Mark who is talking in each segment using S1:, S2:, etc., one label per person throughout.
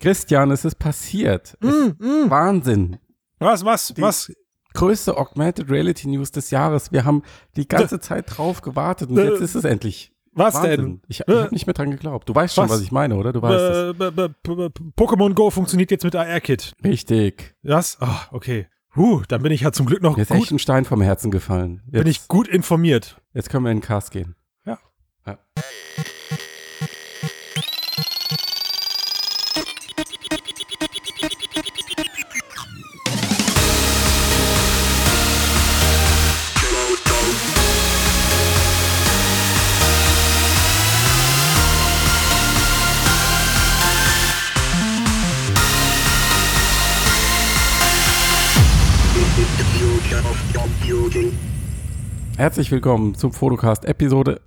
S1: Christian, es ist passiert. Es
S2: Mm, mm.
S1: Wahnsinn.
S2: Was, was, was?
S1: Größte Augmented Reality News des Jahres. Wir haben die ganze Zeit drauf gewartet und
S2: Äh,
S1: jetzt ist es endlich.
S2: Was
S1: Wahnsinn.
S2: denn?
S1: Ich, ich
S2: Äh,
S1: habe nicht mehr dran geglaubt. Du weißt schon,
S2: was?
S1: was ich meine, oder? Du weißt es.
S2: Äh, b- b- b- b- Pokémon Go funktioniert jetzt mit AR-Kit.
S1: Richtig.
S2: Was? Ah, okay. Huh, dann bin ich ja zum Glück noch
S1: Mir ist echt
S2: gut,
S1: ein Stein vom Herzen gefallen. Jetzt,
S2: bin ich gut informiert.
S1: jetzt können wir in den Cast gehen.
S2: Ja.
S1: Ja. Herzlich willkommen zum Fotocast Episode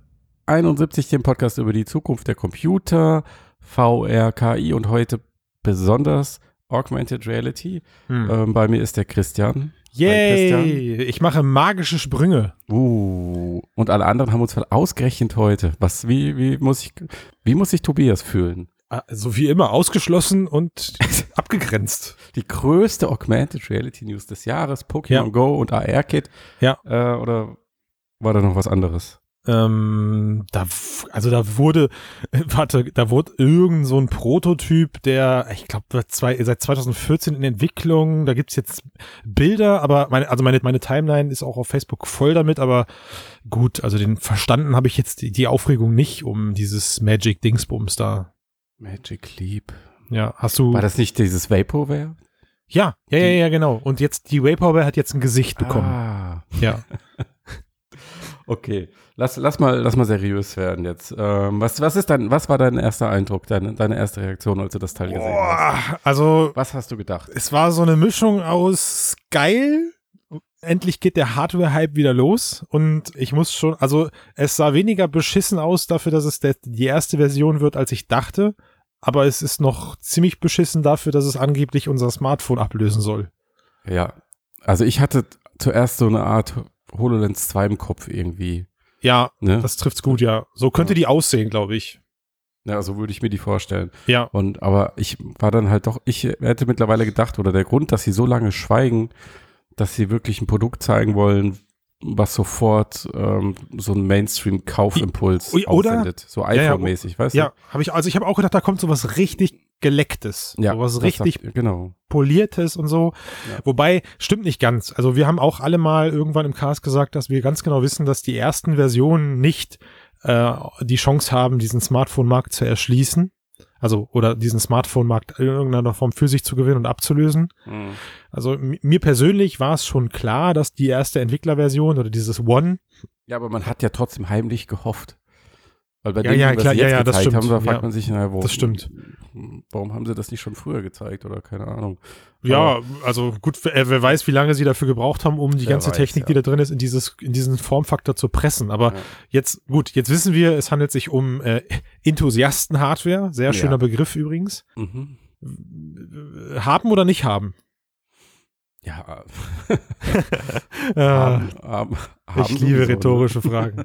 S1: 71, dem Podcast über die Zukunft der Computer, VR, KI und heute besonders Augmented Reality.
S2: Hm.
S1: Ähm, bei mir ist der Christian. Hi,
S2: Yay! Ich mache magische Sprünge.
S1: Uh, und alle anderen haben uns halt ausgerechnet heute. Was, wie, wie muss ich, wie muss sich Tobias fühlen?
S2: Ah, So wie immer, ausgeschlossen und abgegrenzt.
S1: Die größte Augmented Reality News des Jahres, Pokémon
S2: Ja.
S1: Go und AR-Kit.
S2: Ja.
S1: Äh, oder war da noch was anderes?
S2: Ähm, da, f- also da wurde, warte, da wurde irgend so ein Prototyp, der, ich glaube, seit 2014 in Entwicklung, da gibt's jetzt Bilder, aber meine, also meine, meine Timeline ist auch auf Facebook voll damit, aber gut, also den verstanden habe ich jetzt die, die Aufregung nicht um dieses Magic Dingsbums da.
S1: Magic Leap.
S2: Ja, hast du.
S1: War das nicht dieses Vaporware?
S2: ja, ja, ja,
S1: die-
S2: ja, genau. Und jetzt die Vaporware hat jetzt ein Gesicht bekommen.
S1: Ah.
S2: Ja.
S1: Okay, lass, lass, mal, lass mal seriös werden jetzt. Ähm, was, was, ist dein, was war dein erster Eindruck, deine, deine erste Reaktion, als du das Teil gesehen hast?
S2: Boah, also
S1: Was hast du gedacht?
S2: es war so eine Mischung aus geil. Endlich geht der Hardware-Hype wieder los und ich muss schon, also es sah weniger beschissen aus dafür, dass es der, die erste Version wird, als ich dachte, aber es ist noch ziemlich beschissen dafür, dass es angeblich unser Smartphone ablösen soll.
S1: Ja, also ich hatte zuerst so eine Art HoloLens 2 im Kopf irgendwie.
S2: Ja,
S1: Ne?
S2: das trifft's gut, ja. So könnte die aussehen, glaube ich.
S1: ja, so würde ich mir die vorstellen.
S2: Ja,
S1: Und aber ich war dann halt doch, ich hätte mittlerweile gedacht, oder der Grund, dass sie so lange schweigen, dass sie wirklich ein Produkt zeigen wollen, was sofort ähm, so einen Mainstream-Kaufimpuls
S2: Ui, oder?
S1: aussendet. So
S2: ja,
S1: iPhone-mäßig, weißt du?
S2: ja, habe ich, also ich habe auch gedacht, da kommt sowas richtig Gelecktes.
S1: Ja,
S2: sowas
S1: das
S2: richtig
S1: sagt- genau.
S2: poliertes und so.
S1: Ja.
S2: Wobei, stimmt nicht ganz. Also wir haben auch alle mal irgendwann im Cast gesagt, dass wir ganz genau wissen, dass die ersten Versionen nicht äh, die Chance haben, diesen Smartphone-Markt zu erschließen. Also, oder diesen Smartphone-Markt in irgendeiner Form für sich zu gewinnen und abzulösen. Also mi- mir persönlich war es schon klar, dass die erste Entwicklerversion oder dieses One,
S1: Ja, aber man hat ja trotzdem heimlich gehofft. Weil bei
S2: Ja,
S1: dem,
S2: ja,
S1: was
S2: klar,
S1: sie
S2: ja,
S1: jetzt
S2: ja, das
S1: gezeigt
S2: stimmt.
S1: haben, da fragt
S2: Ja,
S1: man sich, na, warum,
S2: das stimmt.
S1: warum haben sie das nicht schon früher gezeigt oder keine Ahnung.
S2: ja, also gut, wer, wer weiß, wie lange sie dafür gebraucht haben, um die
S1: Wer
S2: ganze
S1: weiß,
S2: Technik, die
S1: ja.
S2: da drin ist, in, dieses, in diesen Formfaktor zu pressen. Aber
S1: Ja.
S2: Jetzt, gut, jetzt wissen wir, es handelt sich um äh, Enthusiasten-Hardware. Sehr
S1: Ja.
S2: schöner Begriff übrigens.
S1: Mhm.
S2: Äh, Haben oder nicht haben?
S1: Ja,
S2: Äh,
S1: haben, haben, haben
S2: ich liebe
S1: sowieso, ne?
S2: rhetorische Fragen.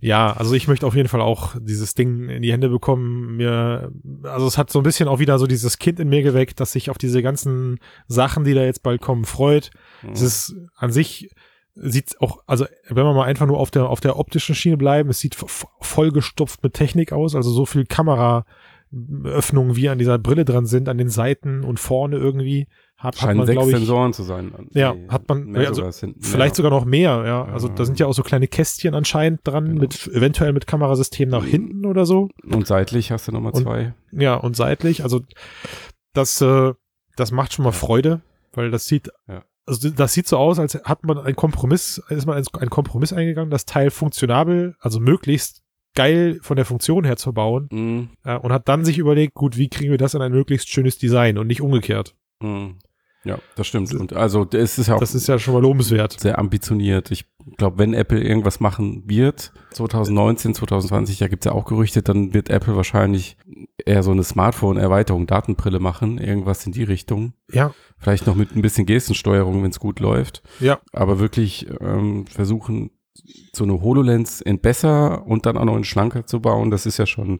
S2: ja, also ich möchte auf jeden Fall auch dieses Ding in die Hände bekommen. Mir, also es hat so ein bisschen auch wieder so dieses Kind in mir geweckt, das sich auf diese ganzen Sachen, die da jetzt bald kommen, freut.
S1: Mhm.
S2: Es ist an sich sieht's auch, also wenn wir mal einfach nur auf der auf der optischen Schiene bleiben, es sieht vo- vollgestopft mit Technik aus, also so viel Kameraöffnungen wie an dieser Brille dran sind, an den Seiten und vorne irgendwie hat, hat
S1: Scheinen
S2: man
S1: sechs
S2: glaube ich
S1: Sensoren zu sein.
S2: Ja, hat man-
S1: mehr
S2: also
S1: sogar, es sind mehr.
S2: vielleicht sogar noch mehr, ja. Also da
S1: Ja.
S2: sind ja auch so kleine Kästchen anscheinend dran
S1: Genau. Mhm.
S2: mit eventuell mit Kamerasystem nach hinten oder so.
S1: Und seitlich hast du nochmal
S2: Und-
S1: zwei.
S2: Ja, und seitlich, also das äh, das macht schon mal Freude, weil das sieht
S1: Ja.
S2: also das sieht so aus, als hat man einen Kompromiss, ist man einen Kompromiss eingegangen, das Teil funktionabel, also möglichst geil von der Funktion her zu bauen
S1: Mhm.
S2: äh, und hat dann sich überlegt, gut, wie kriegen wir das in ein möglichst schönes Design und nicht umgekehrt.
S1: Mhm. Ja, das stimmt. Und also es ist ja auch
S2: Das ist ja schon mal lobenswert.
S1: sehr ambitioniert. Ich glaube, wenn Apple irgendwas machen wird, 2019, 2020, da gibt's ja auch Gerüchte, dann wird Apple wahrscheinlich eher so eine Smartphone-Erweiterung, Datenbrille machen, irgendwas in die Richtung.
S2: Ja,
S1: Vielleicht noch mit ein bisschen Gestensteuerung, wenn es gut läuft.
S2: Ja.
S1: Aber wirklich ähm, versuchen, so eine HoloLens in besser und dann auch noch in schlanker zu bauen, das ist ja schon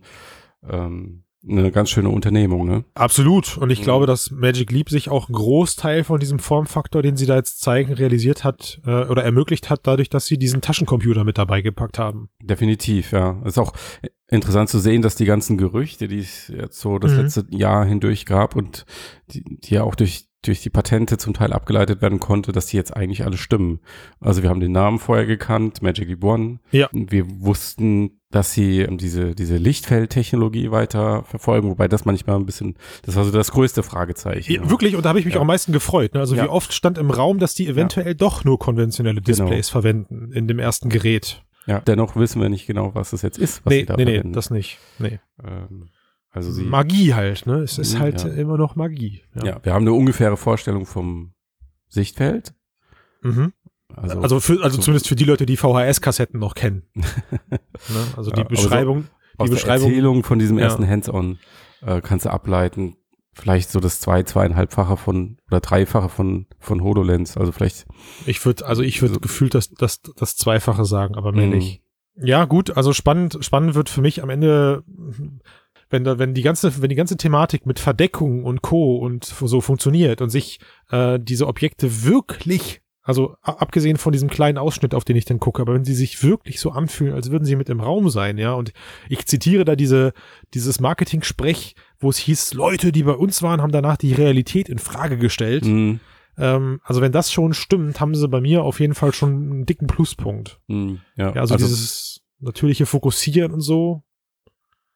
S1: ähm, eine ganz schöne Unternehmung, ne?
S2: Absolut. Und ich
S1: Mhm.
S2: glaube, dass Magic Leap sich auch einen Großteil von diesem Formfaktor, den sie da jetzt zeigen, realisiert hat äh, oder ermöglicht hat, dadurch, dass sie diesen Taschencomputer mit dabei gepackt haben.
S1: Definitiv, ja. Es ist auch interessant zu sehen, dass die ganzen Gerüchte, die es jetzt so das
S2: Mhm.
S1: letzte Jahr hindurch gab und die, die ja auch durch, durch die Patente zum Teil abgeleitet werden konnte, dass die jetzt eigentlich alle stimmen. Also wir haben den Namen vorher gekannt, Magic Leap One.
S2: Ja.
S1: Wir wussten, dass sie ähm, diese, diese Lichtfeldtechnologie weiter verfolgen, wobei das manchmal ein bisschen, das war so das größte Fragezeichen.
S2: Ja, Wirklich, und da habe ich mich
S1: Genau. Ja.
S2: auch am meisten gefreut. Ne? Also
S1: Ja. Genau.
S2: wie oft stand im Raum, dass die eventuell doch nur konventionelle Displays verwenden in dem ersten Gerät.
S1: Ja. Dennoch wissen wir nicht genau, was das jetzt ist, was
S2: nee,
S1: sie da
S2: nee, nee,
S1: verwenden.
S2: das nicht. Nee.
S1: ähm, also sie,
S2: Magie halt, ne? Es ist
S1: Mhm,
S2: halt
S1: ja.
S2: immer noch Magie.
S1: ja. wir haben eine ungefähre Vorstellung vom Sichtfeld.
S2: Mhm.
S1: Also,
S2: Also, für, also
S1: so-
S2: zumindest für die Leute, die VHS-Kassetten noch kennen. ne? Also
S1: Ja,
S2: die
S1: aber
S2: Beschreibung,
S1: aus
S2: die Beschreibung-
S1: der Erzählung von diesem
S2: Ja.
S1: ersten Hands-on äh, kannst du ableiten, vielleicht so das zwei, zweieinhalbfache von oder dreifache von von Hololens. Also vielleicht
S2: ich würde, also ich würde
S1: So-
S2: gefühlt das, das, das Zweifache sagen, aber mehr
S1: Mhm.
S2: nicht. Ja, gut, also spannend, spannend wird für mich am Ende, wenn da, wenn die ganze, wenn die ganze Thematik mit Verdeckung und Co. und f- so funktioniert und sich äh, diese Objekte wirklich, also a- abgesehen von diesem kleinen Ausschnitt, auf den ich dann gucke, aber wenn sie sich wirklich so anfühlen, als würden sie mit im Raum sein, ja, und ich zitiere da diese, dieses Marketing-Sprech, wo es hieß, Leute, die bei uns waren, haben danach die Realität in Frage gestellt.
S1: Mhm.
S2: Ähm, also wenn das schon stimmt, haben sie bei mir auf jeden Fall schon einen dicken Pluspunkt.
S1: Mhm. Ja,
S2: Ja, also, dieses natürliche Fokussieren und so.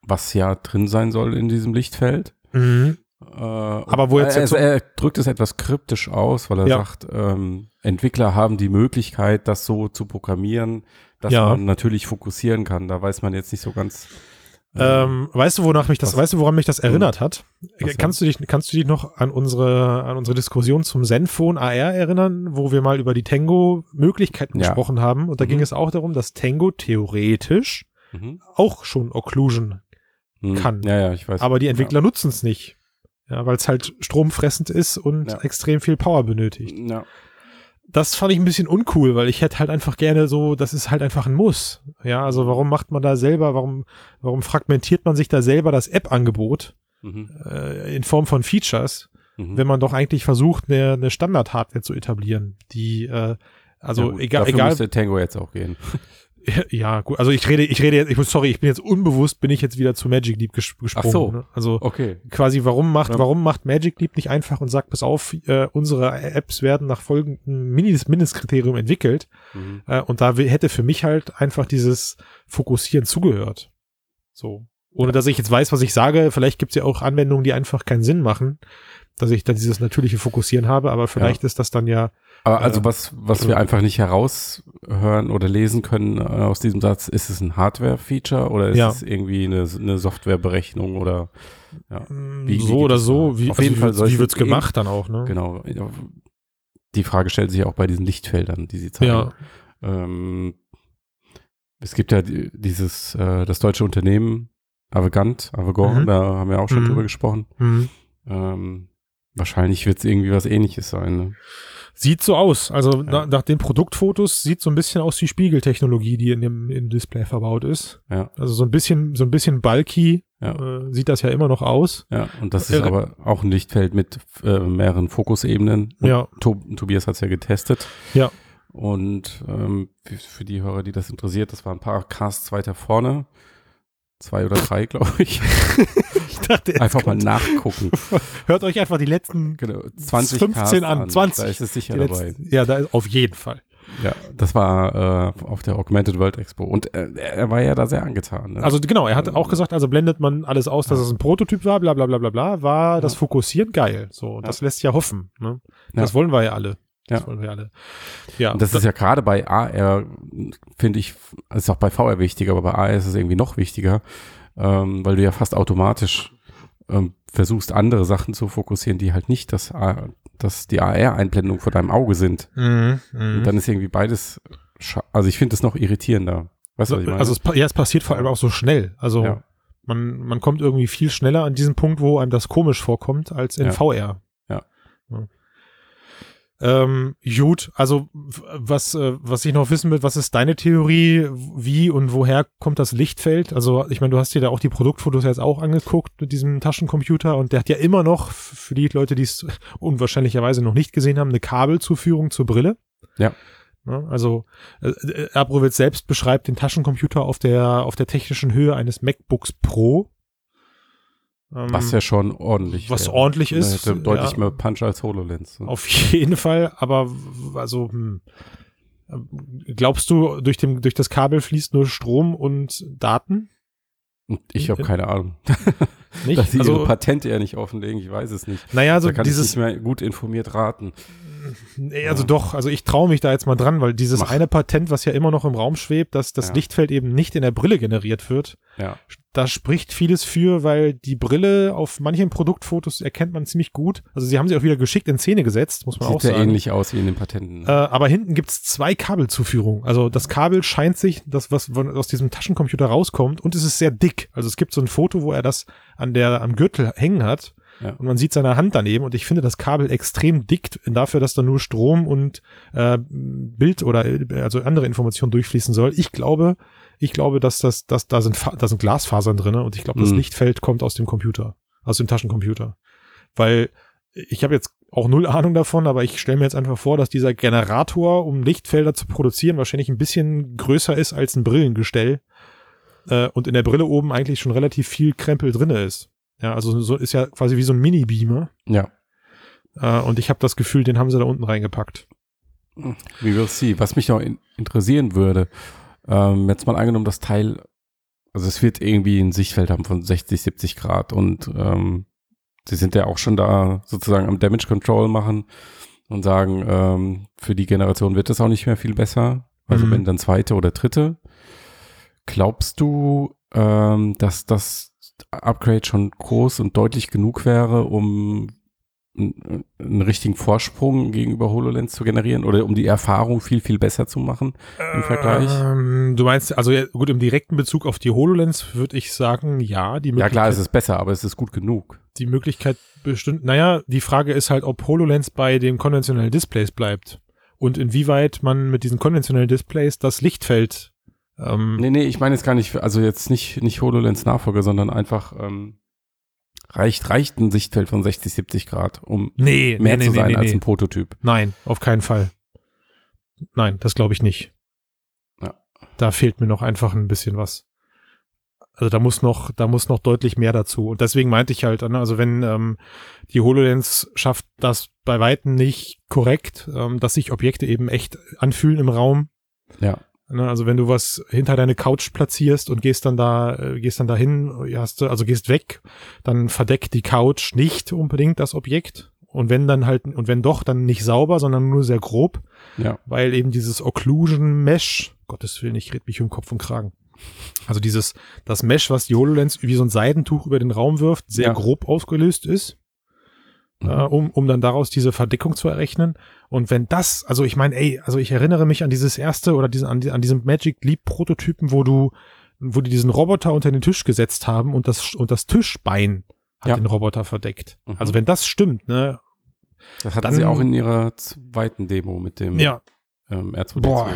S1: was ja drin sein soll in diesem Lichtfeld. Äh,
S2: Aber wo jetzt
S1: er,
S2: jetzt so-
S1: er, er drückt es etwas kryptisch aus, weil er
S2: Ja.
S1: sagt, ähm, Entwickler haben die Möglichkeit, das so zu programmieren, dass
S2: Ja.
S1: man natürlich fokussieren kann. Da weiß man jetzt nicht so ganz. äh,
S2: Ähm, weißt du, wonach mich das,
S1: Was- Mhm.
S2: weißt du, woran mich das erinnert hat?
S1: Was denn?
S2: kannst du dich, kannst du dich noch an unsere, an unsere Diskussion zum Zenfone AR erinnern, wo wir mal über die Tango-Möglichkeiten
S1: Ja.
S2: gesprochen haben? Und da
S1: Mhm.
S2: ging es auch darum, dass Tango theoretisch
S1: mhm.
S2: auch schon Occlusion,
S1: Mhm.
S2: kann.
S1: Ja, ja, ich weiß.
S2: aber die Entwickler nutzen es nicht. Ja, weil es halt stromfressend ist und
S1: Ja.
S2: extrem viel Power benötigt.
S1: ja.
S2: das fand ich ein bisschen uncool, weil ich hätte halt einfach gerne so, das ist halt einfach ein Muss. Ja, also warum macht man da selber, warum, warum fragmentiert man sich da selber das App-Angebot
S1: Mhm.
S2: äh, in Form von Features,
S1: Mhm.
S2: wenn man doch eigentlich versucht, eine, eine Standard-Hardware zu etablieren, die äh,
S1: Ja,
S2: also
S1: gut,
S2: egal,
S1: Dafür
S2: egal,
S1: müsste Tango jetzt auch gehen.
S2: ja gut, also ich rede, ich rede jetzt, ich muss, sorry, ich bin jetzt unbewusst, bin ich jetzt wieder zu Magic Leap ges gesprungen.
S1: so.
S2: ne? Also
S1: Okay.
S2: quasi, warum macht,
S1: Ja.
S2: warum macht Magic Leap nicht einfach und sagt, pass auf, äh, unsere Apps werden nach folgendem Minis- Mindestkriterium entwickelt.
S1: Mhm.
S2: Äh, und da w- hätte für mich halt einfach dieses Fokussieren zugehört. So. Ohne dass ich jetzt weiß, was ich sage. Vielleicht gibt es ja auch Anwendungen, die einfach keinen Sinn machen, dass ich dann dieses natürliche Fokussieren habe, aber vielleicht ist das dann ja.
S1: Aber also
S2: Äh,
S1: was, was
S2: Entschuldigung.
S1: wir einfach nicht heraushören oder lesen können äh, aus diesem Satz, ist es ein Hardware-Feature oder ist
S2: Ja.
S1: es irgendwie eine, eine Softwareberechnung oder
S2: mh,
S1: Wie- wie
S2: mm, so
S1: geht
S2: oder
S1: das
S2: so,
S1: da?
S2: wie, also
S1: Auf jeden
S2: wie,
S1: Fall
S2: wird's-
S1: solche
S2: wie wird's
S1: Ideen-
S2: gemacht dann auch, ne?
S1: genau. Die Frage stellt sich auch bei diesen Lichtfeldern, die sie zeigen.
S2: Ja.
S1: Ähm, es gibt ja die- dieses, äh, das deutsche Unternehmen Avegant, Avegor,
S2: Mhm.
S1: da haben wir auch schon
S2: Mhm.
S1: drüber gesprochen.
S2: Mhm.
S1: Ähm, wahrscheinlich wird es irgendwie was ähnliches sein. Ne?
S2: Sieht so aus. Also na,
S1: Ja.
S2: nach den Produktfotos sieht so ein bisschen aus wie Spiegeltechnologie, die in dem im Display verbaut ist.
S1: Ja.
S2: Also so ein bisschen, so ein bisschen bulky äh, sieht das ja immer noch aus.
S1: Ja, und das ist
S2: Irre.
S1: aber auch ein Lichtfeld mit äh, mehreren Fokusebenen. Und
S2: Ja.
S1: Tob Tobias hat es ja getestet.
S2: Ja.
S1: Und ähm, für, für die Hörer, die das interessiert, das waren ein paar Casts weiter vorne. Zwei oder drei, glaube ich.
S2: Ich dachte, jetzt
S1: Einfach mal
S2: kommt-
S1: nachgucken.
S2: Hört euch einfach die letzten
S1: Genau, 20
S2: 15
S1: Casts
S2: an, 20.
S1: Da ist es sicher
S2: Die
S1: dabei.
S2: letzten- ja, da ist auf jeden Fall.
S1: Ja, das war äh, auf der Augmented World Expo. Und äh, er war ja da sehr angetan. Ne?
S2: Also genau, er hat auch gesagt, also blendet man alles aus, dass es ein Prototyp war, bla bla bla bla bla, war
S1: Ja.
S2: das Fokussieren geil. So, und das lässt ja hoffen. Ne?
S1: Ja.
S2: Das wollen wir ja alle. Das
S1: Ja.
S2: wollen wir alle. Ja,
S1: Und das ist ja gerade bei AR, finde ich, ist auch bei VR wichtiger, aber bei AR ist es irgendwie noch wichtiger, ähm, weil du ja fast automatisch ähm, versuchst, andere Sachen zu fokussieren, die halt nicht das, A- das, die AR-Einblendung vor deinem Auge sind.
S2: Mhm, mhm.
S1: Und dann ist irgendwie beides, scha- also ich finde es noch irritierender. Weißt du, was ich meine?
S2: also es, pa- ja, es passiert vor allem auch so schnell. Also
S1: Ja.
S2: man, man kommt irgendwie viel schneller an diesen Punkt, wo einem das komisch vorkommt, als in
S1: Ja.
S2: VR.
S1: Ja.
S2: Ähm, gut, also was, äh, was ich noch wissen will, was ist deine Theorie, wie und woher kommt das Lichtfeld? Also ich meine, du hast dir da auch die Produktfotos jetzt auch angeguckt mit diesem Taschencomputer und der hat ja immer noch, für die Leute, die es unwahrscheinlicherweise noch nicht gesehen haben, eine Kabelzuführung zur Brille.
S1: Ja.
S2: Ne, Also äh, Abrowitz selbst beschreibt den Taschencomputer auf der, auf der technischen Höhe eines MacBooks Pro. Ähm,
S1: Was ja schon ordentlich
S2: was
S1: wäre.
S2: ordentlich
S1: Man
S2: ist.
S1: Hätte deutlich
S2: ja.
S1: mehr Punch als HoloLens. ne?
S2: Auf jeden Fall, aber w- also hm. glaubst du, durch, dem, durch das Kabel fließt nur Strom und Daten?
S1: Und ich habe keine Ahnung.
S2: Nicht?
S1: Dass sie ihre
S2: also,
S1: Patente ja nicht offenlegen, ich weiß es nicht.
S2: naja, also
S1: da kann ich
S2: dieses,
S1: nicht mehr gut informiert raten.
S2: nee, also
S1: Ja.
S2: doch, also ich traue mich da jetzt mal dran, weil dieses
S1: Mach.
S2: eine Patent, was ja immer noch im Raum schwebt, dass das
S1: Ja.
S2: Lichtfeld eben nicht in der Brille generiert wird,
S1: Ja.
S2: da spricht vieles für, weil die Brille auf manchen Produktfotos erkennt man ziemlich gut. Also sie haben sie auch wieder geschickt in Szene gesetzt, muss man auch
S1: Sieht ja
S2: sagen.
S1: ähnlich aus wie in den Patenten.
S2: Äh, aber hinten gibt's zwei Kabelzuführungen. Also das Kabel scheint sich, das, was von- aus diesem Taschencomputer rauskommt, und es ist sehr dick. Also es gibt so ein Foto, wo er das an der, am Gürtel hängen hat.
S1: Ja.
S2: Und man sieht seine Hand daneben und ich finde das Kabel extrem dick dafür, dass da nur Strom und äh, Bild oder äh, also andere Informationen durchfließen soll. Ich glaube, ich glaube, dass das, dass da sind, Fa- da sind Glasfasern drinne und ich glaube, das
S1: Mhm.
S2: Lichtfeld kommt aus dem Computer, aus dem Taschencomputer. Weil ich habe jetzt auch null Ahnung davon, aber ich stelle mir jetzt einfach vor, dass dieser Generator, um Lichtfelder zu produzieren, wahrscheinlich ein bisschen größer ist als ein Brillengestell. Äh, und in der Brille oben eigentlich schon relativ viel Krempel drinne ist. Ja, also so ist ja quasi wie so ein Mini-Beamer.
S1: ja.
S2: Äh, und ich habe das Gefühl, den haben sie da unten reingepackt.
S1: We will see. Was mich noch in interessieren würde, ähm, jetzt mal angenommen, das Teil, also es wird irgendwie ein Sichtfeld haben von 60, 70 Grad und ähm, sie sind ja auch schon da sozusagen am Damage Control machen und sagen, ähm, für die Generation wird das auch nicht mehr viel besser. Also
S2: Mhm.
S1: wenn dann zweite oder dritte. Glaubst du, ähm, dass das Upgrade schon groß und deutlich genug wäre, um n- einen richtigen Vorsprung gegenüber HoloLens zu generieren oder um die Erfahrung viel, viel besser zu machen?
S2: Äh,
S1: Im Vergleich?
S2: Ähm, du meinst, also ja, gut, im direkten Bezug auf die HoloLens würde ich sagen, ja, die
S1: Ja,
S2: Möglichkeit,
S1: klar, es ist besser, aber es ist gut genug.
S2: die Möglichkeit bestimmt. Naja, die Frage ist halt, ob HoloLens bei den konventionellen Displays bleibt. Und inwieweit man mit diesen konventionellen Displays das Lichtfeld ähm,
S1: Nee, nee, ich meine jetzt gar nicht, also jetzt nicht, nicht HoloLens Nachfolger, sondern einfach ähm, reicht, reicht ein Sichtfeld von 60, 70 Grad, um
S2: Nee,
S1: mehr
S2: nee,
S1: zu
S2: nee,
S1: sein
S2: nee,
S1: als
S2: nee.
S1: ein Prototyp.
S2: Nein, auf keinen Fall. Nein, das glaube ich nicht.
S1: Ja.
S2: Da fehlt mir noch einfach ein bisschen was. Also da muss noch, da muss noch deutlich mehr dazu. Und deswegen meinte ich halt, ne, also wenn ähm, die HoloLens schafft das bei Weitem nicht korrekt, ähm, dass sich Objekte eben echt anfühlen im Raum.
S1: Ja.
S2: Ne, also wenn du was hinter deine Couch platzierst und gehst dann da, äh, gehst dann dahin, hast du, also gehst weg, dann verdeckt die Couch nicht unbedingt das Objekt. Und wenn dann halt, und wenn doch, dann nicht sauber, sondern nur sehr grob,
S1: Ja.
S2: weil eben dieses Occlusion Mesh, Gottes Willen, ich red mich um Kopf und Kragen. Also dieses, das Mesh, was die HoloLens wie so ein Seidentuch über den Raum wirft, sehr
S1: Ja.
S2: grob ausgelöst ist,
S1: Mhm.
S2: äh, um, um dann daraus diese Verdeckung zu errechnen. Und wenn das, also ich meine, ey, also ich erinnere mich an dieses erste oder diesen, an, die- an diesem Magic Leap Prototypen, wo du, wo die diesen Roboter unter den Tisch gesetzt haben und das, und das Tischbein hat
S1: Ja.
S2: den Roboter verdeckt.
S1: Mhm.
S2: Also wenn das stimmt, ne?
S1: Das hatten
S2: Dann-
S1: sie auch in ihrer zweiten Demo mit dem
S2: Ja,
S1: ähm, R2D2.
S2: Boah.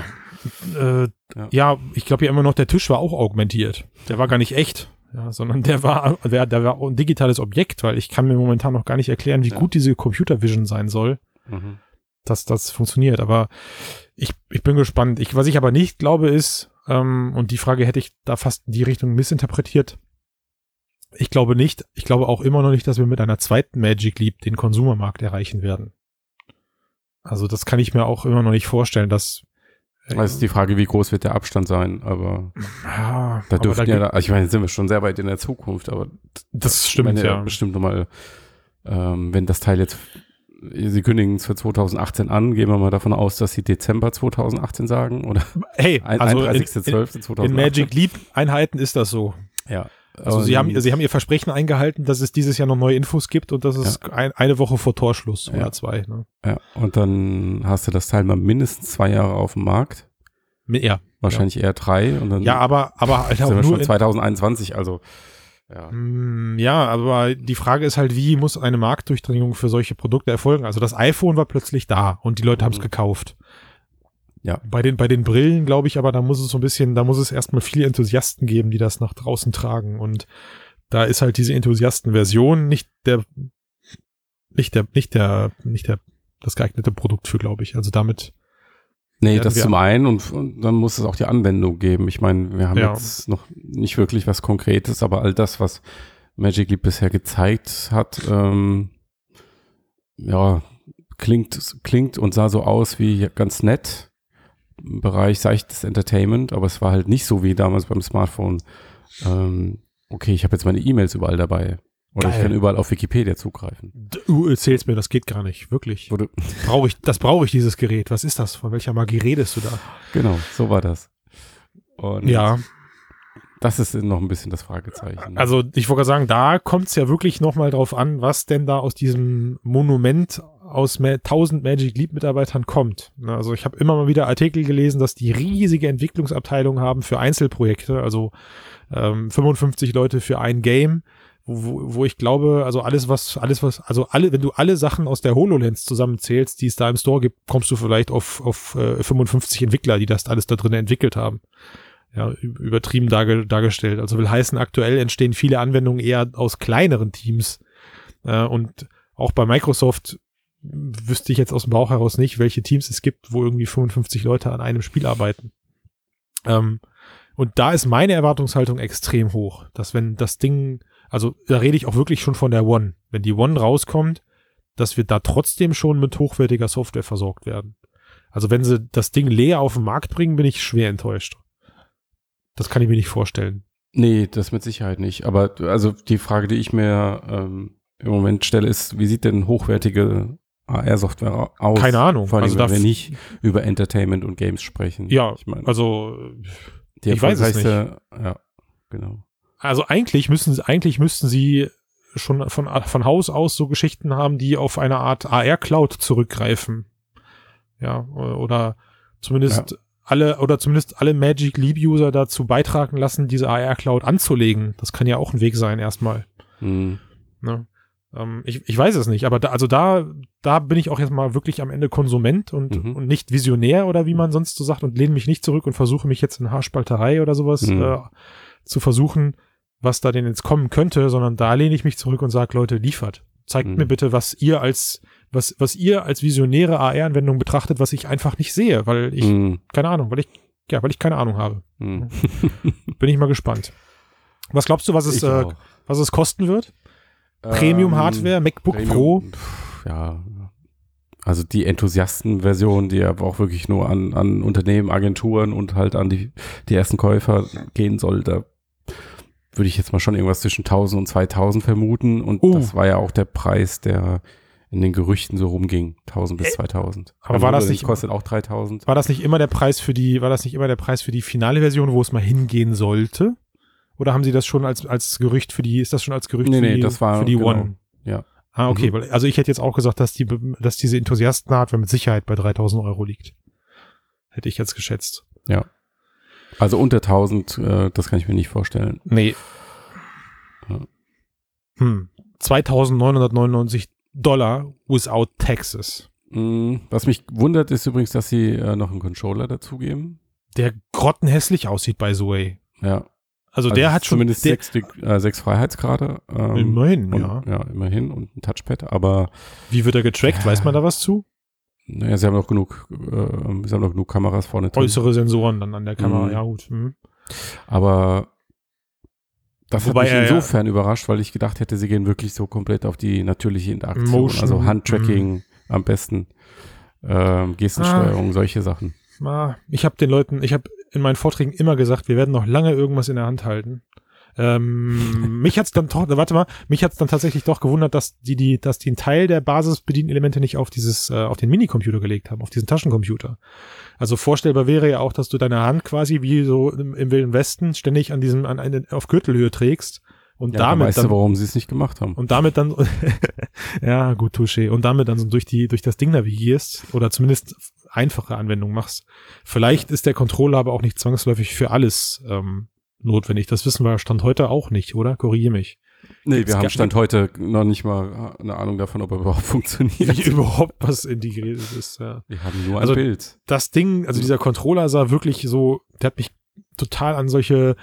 S2: Äh, ja.
S1: Ja.
S2: ich glaube ja immer noch, der Tisch war auch augmentiert. Der war gar nicht echt, ja, sondern der war, der, der war auch ein digitales Objekt, weil ich kann mir momentan noch gar nicht erklären, wie
S1: Ja.
S2: gut diese Computer Vision sein soll,
S1: Mhm.
S2: dass das funktioniert. Aber ich, ich bin gespannt. Ich, was ich aber nicht glaube ist, ähm, und die Frage hätte ich da fast in die Richtung missinterpretiert. Ich glaube nicht, ich glaube auch immer noch nicht, dass wir mit einer zweiten Magic Leap den Konsumermarkt erreichen werden. Also das kann ich mir auch immer noch nicht vorstellen, dass äh,
S1: Also ist die Frage, wie groß wird der Abstand sein, aber
S2: Ja,
S1: da
S2: aber
S1: dürften
S2: da
S1: ja, also ich meine, sind wir schon sehr weit in der Zukunft, aber
S2: Das stimmt,
S1: meine,
S2: ja.
S1: bestimmt nochmal, ähm, wenn das Teil jetzt, sie kündigen es für 2018 an, gehen wir mal davon aus, dass sie Dezember 2018 sagen oder
S2: Hey,
S1: ein-
S2: also in, in,
S1: 31.12.2018.
S2: in Magic Leap Einheiten ist das so.
S1: Ja.
S2: Also sie, haben, sie haben ihr Versprechen eingehalten, dass es dieses Jahr noch neue Infos gibt und das ist ein, eine Woche vor Torschluss
S1: Ja.
S2: oder zwei. Ne?
S1: ja, und dann hast du das Teil mal mindestens zwei Jahre auf dem Markt,
S2: Ja,
S1: wahrscheinlich eher drei und dann
S2: ja aber, aber halt
S1: sind
S2: auch
S1: wir
S2: nur
S1: schon
S2: in,
S1: 2021, also Ja.
S2: Mm, Ja, aber die Frage ist halt, wie muss eine Marktdurchdringung für solche Produkte erfolgen? Also das iPhone war plötzlich da und die Leute
S1: Mhm.
S2: haben es gekauft.
S1: Ja.
S2: Bei den, bei den Brillen, glaube ich, aber da muss es so ein bisschen, da muss es erstmal viele Enthusiasten geben, die das nach draußen tragen. Und da ist halt diese Enthusiastenversion nicht der, nicht der, nicht der, nicht der, das geeignete Produkt für, glaube ich. Also damit,
S1: Nee,
S2: Ja,
S1: das
S2: wir-
S1: zum einen und, und dann muss es auch die Anwendung geben. Ich meine, wir haben
S2: Ja.
S1: jetzt noch nicht wirklich was Konkretes, aber all das, was Magic Leap bisher gezeigt hat, ähm, ja, klingt, klingt und sah so aus wie ganz nett im Bereich seichtes Entertainment, aber es war halt nicht so wie damals beim Smartphone. Ähm, okay, ich habe jetzt meine E-Mails überall dabei. Oder ich
S2: Geil.
S1: kann überall auf Wikipedia zugreifen.
S2: du erzählst uh, mir, das geht gar nicht, wirklich.
S1: Wo du-
S2: Brauche ich, das brauche ich, dieses Gerät. Was ist das? Von welcher Magie redest du da?
S1: Genau, so war das. Und
S2: Ja,
S1: das ist noch ein bisschen das Fragezeichen.
S2: Also ich wollte gerade sagen, da kommt es ja wirklich nochmal drauf an, was denn da aus diesem Monument aus ma 1000 Magic Leap Mitarbeitern kommt. Ne, Also ich habe immer mal wieder Artikel gelesen, dass die riesige Entwicklungsabteilung haben für Einzelprojekte, also ähm, 55 Leute für ein Game, wo, wo- wo ich glaube, also alles was, alles was, also alle, wenn du alle Sachen aus der HoloLens zusammenzählst, die es da im Store gibt, kommst du vielleicht auf, auf äh, 55 Entwickler, die das alles da drin entwickelt haben ja, ü- übertrieben darge dargestellt. Also will heißen, aktuell entstehen viele Anwendungen eher aus kleineren Teams. Äh, und auch bei Microsoft wüsste ich jetzt aus dem Bauch heraus nicht, welche Teams es gibt, wo irgendwie 55 Leute an einem Spiel arbeiten. Ähm, und da ist meine Erwartungshaltung extrem hoch, dass wenn das Ding, also da rede ich auch wirklich schon von der One, wenn die One rauskommt, dass wir da trotzdem schon mit hochwertiger Software versorgt werden. Also wenn sie das Ding leer auf den Markt bringen, bin ich schwer enttäuscht. Das kann ich mir nicht vorstellen.
S1: Nee, das mit Sicherheit nicht. Aber d- also die Frage, die ich mir ähm, im Moment stelle, ist, wie sieht denn hochwertige AR-Software au- aus?
S2: Keine Ahnung.
S1: Vor allem,
S2: Also
S1: wenn
S2: da
S1: wir
S2: f-
S1: nicht über Entertainment und Games sprechen.
S2: Ja,
S1: ich meine,
S2: Also,
S1: die
S2: ich weiß es
S1: erfolgreichste- Ja, genau.
S2: also eigentlich müssen sie, eigentlich müssten sie schon von, von Haus aus so Geschichten haben, die auf eine Art AR-Cloud zurückgreifen. Ja, oder zumindest alle, oder zumindest alle Magic Leap-User dazu beitragen lassen, diese AR-Cloud anzulegen. Das kann ja auch ein Weg sein, erstmal.
S1: Hm.
S2: Ne? Ähm, ich, ich weiß es nicht, aber da, also da, da bin ich auch jetzt mal wirklich am Ende Konsument und,
S1: Mhm.
S2: und nicht Visionär oder wie man sonst so sagt und lehne mich nicht zurück und versuche mich jetzt in Haarspalterei oder sowas
S1: Mhm.
S2: äh, zu versuchen, was da denn jetzt kommen könnte, sondern da lehne ich mich zurück und sage, Leute, liefert. Zeigt
S1: Mhm.
S2: mir bitte, was ihr als, was, was ihr als visionäre AR-Anwendung betrachtet, was ich einfach nicht sehe, weil ich,
S1: Hm.
S2: keine Ahnung, weil ich, ja, weil ich keine Ahnung habe.
S1: Hm.
S2: Bin ich mal gespannt. Was glaubst du, was es,
S1: Ich
S2: äh,
S1: auch.
S2: was es kosten wird?
S1: Ähm,
S2: Premium-Hardware, MacBook
S1: Premium-
S2: Pro?
S1: Pff, Ja. Also die Enthusiasten-Version, die aber auch wirklich nur an, an Unternehmen, Agenturen und halt an die, die ersten Käufer gehen soll, da würde ich jetzt mal schon irgendwas zwischen 1000 und 2000 vermuten. Und
S2: Oh.
S1: das war ja auch der Preis, der in den Gerüchten so rumging. 1000 bis 2000.
S2: Äh, aber war das
S1: Model
S2: nicht-
S1: Kostet auch 3000.
S2: War das nicht immer der Preis für die, war das nicht immer der Preis für die finale Version, wo es mal hingehen sollte? Oder haben sie das schon als, als Gerücht für die, ist das schon als Gerücht
S1: Nee,
S2: für,
S1: nee,
S2: die,
S1: das war-
S2: für die
S1: genau,
S2: One?
S1: ja.
S2: Ah, okay.
S1: Mhm.
S2: weil- Also ich hätte jetzt auch gesagt, dass die, be- dass diese Enthusiastenhardware mit Sicherheit bei 3000 Euro liegt. Hätte ich jetzt geschätzt.
S1: Also unter 1000, äh, das kann ich mir nicht vorstellen.
S2: Nee.
S1: Ja.
S2: Hm. 2999 Dollar without taxes.
S1: Mm, Was mich wundert, ist übrigens, dass sie äh, noch einen Controller dazugeben.
S2: Der grottenhässlich aussieht, by the way.
S1: Ja,
S2: Also,
S1: Also
S2: der
S1: es
S2: hat
S1: ist
S2: schon
S1: zumindest
S2: der,
S1: sechs, Stück, äh, sechs Freiheitsgrade. Ähm,
S2: Immerhin,
S1: und,
S2: ja.
S1: Ja, immerhin und ein Touchpad. Aber
S2: Wie wird er getrackt? Weiß man da was zu?
S1: naja, sie haben noch genug, äh, sie haben noch genug Kameras vorne drin.
S2: äußere Sensoren dann an der Kamera.
S1: Mhm.
S2: Ja, gut. Mhm.
S1: Aber das
S2: Wobei
S1: hat
S2: er
S1: mich
S2: ja-
S1: insofern überrascht, weil ich gedacht hätte, sie gehen wirklich so komplett auf die natürliche Interaktion.
S2: Motion. Mhm.
S1: Also Handtracking am besten, ähm, Gestensteuerung, solche Sachen.
S2: Ah, Ich habe den Leuten, ich habe in meinen Vorträgen immer gesagt, wir werden noch lange irgendwas in der Hand halten. Ähm, mich hat's dann doch, warte mal, mich hat's dann tatsächlich doch gewundert, dass die, die, dass die einen Teil der Basisbedienelemente nicht auf dieses, äh, auf den Minicomputer gelegt haben, auf diesen Taschencomputer. Also vorstellbar wäre ja auch, dass du deine Hand quasi wie so im, im Wilden Westen ständig an diesem, an, an, auf Gürtelhöhe trägst und
S1: dann
S2: damit
S1: weißt
S2: dann
S1: du, warum sie es nicht gemacht haben.
S2: und damit dann, ja, gut, Touché, und damit dann so durch die, durch das Ding navigierst oder zumindest einfache Anwendungen machst. Vielleicht ist der Controller aber auch nicht zwangsläufig für alles ähm, notwendig. Das wissen wir Stand heute auch nicht, oder? Korrigiere mich.
S1: Nee,
S2: Gibt's
S1: wir haben
S2: gar-
S1: Stand heute noch nicht mal eine Ahnung davon, ob er überhaupt funktioniert.
S2: Wie überhaupt was integriert ist. Ja.
S1: Wir haben nur ein
S2: Also-
S1: Bild.
S2: Das Ding, also dieser Controller sah wirklich so, der hat mich total an solche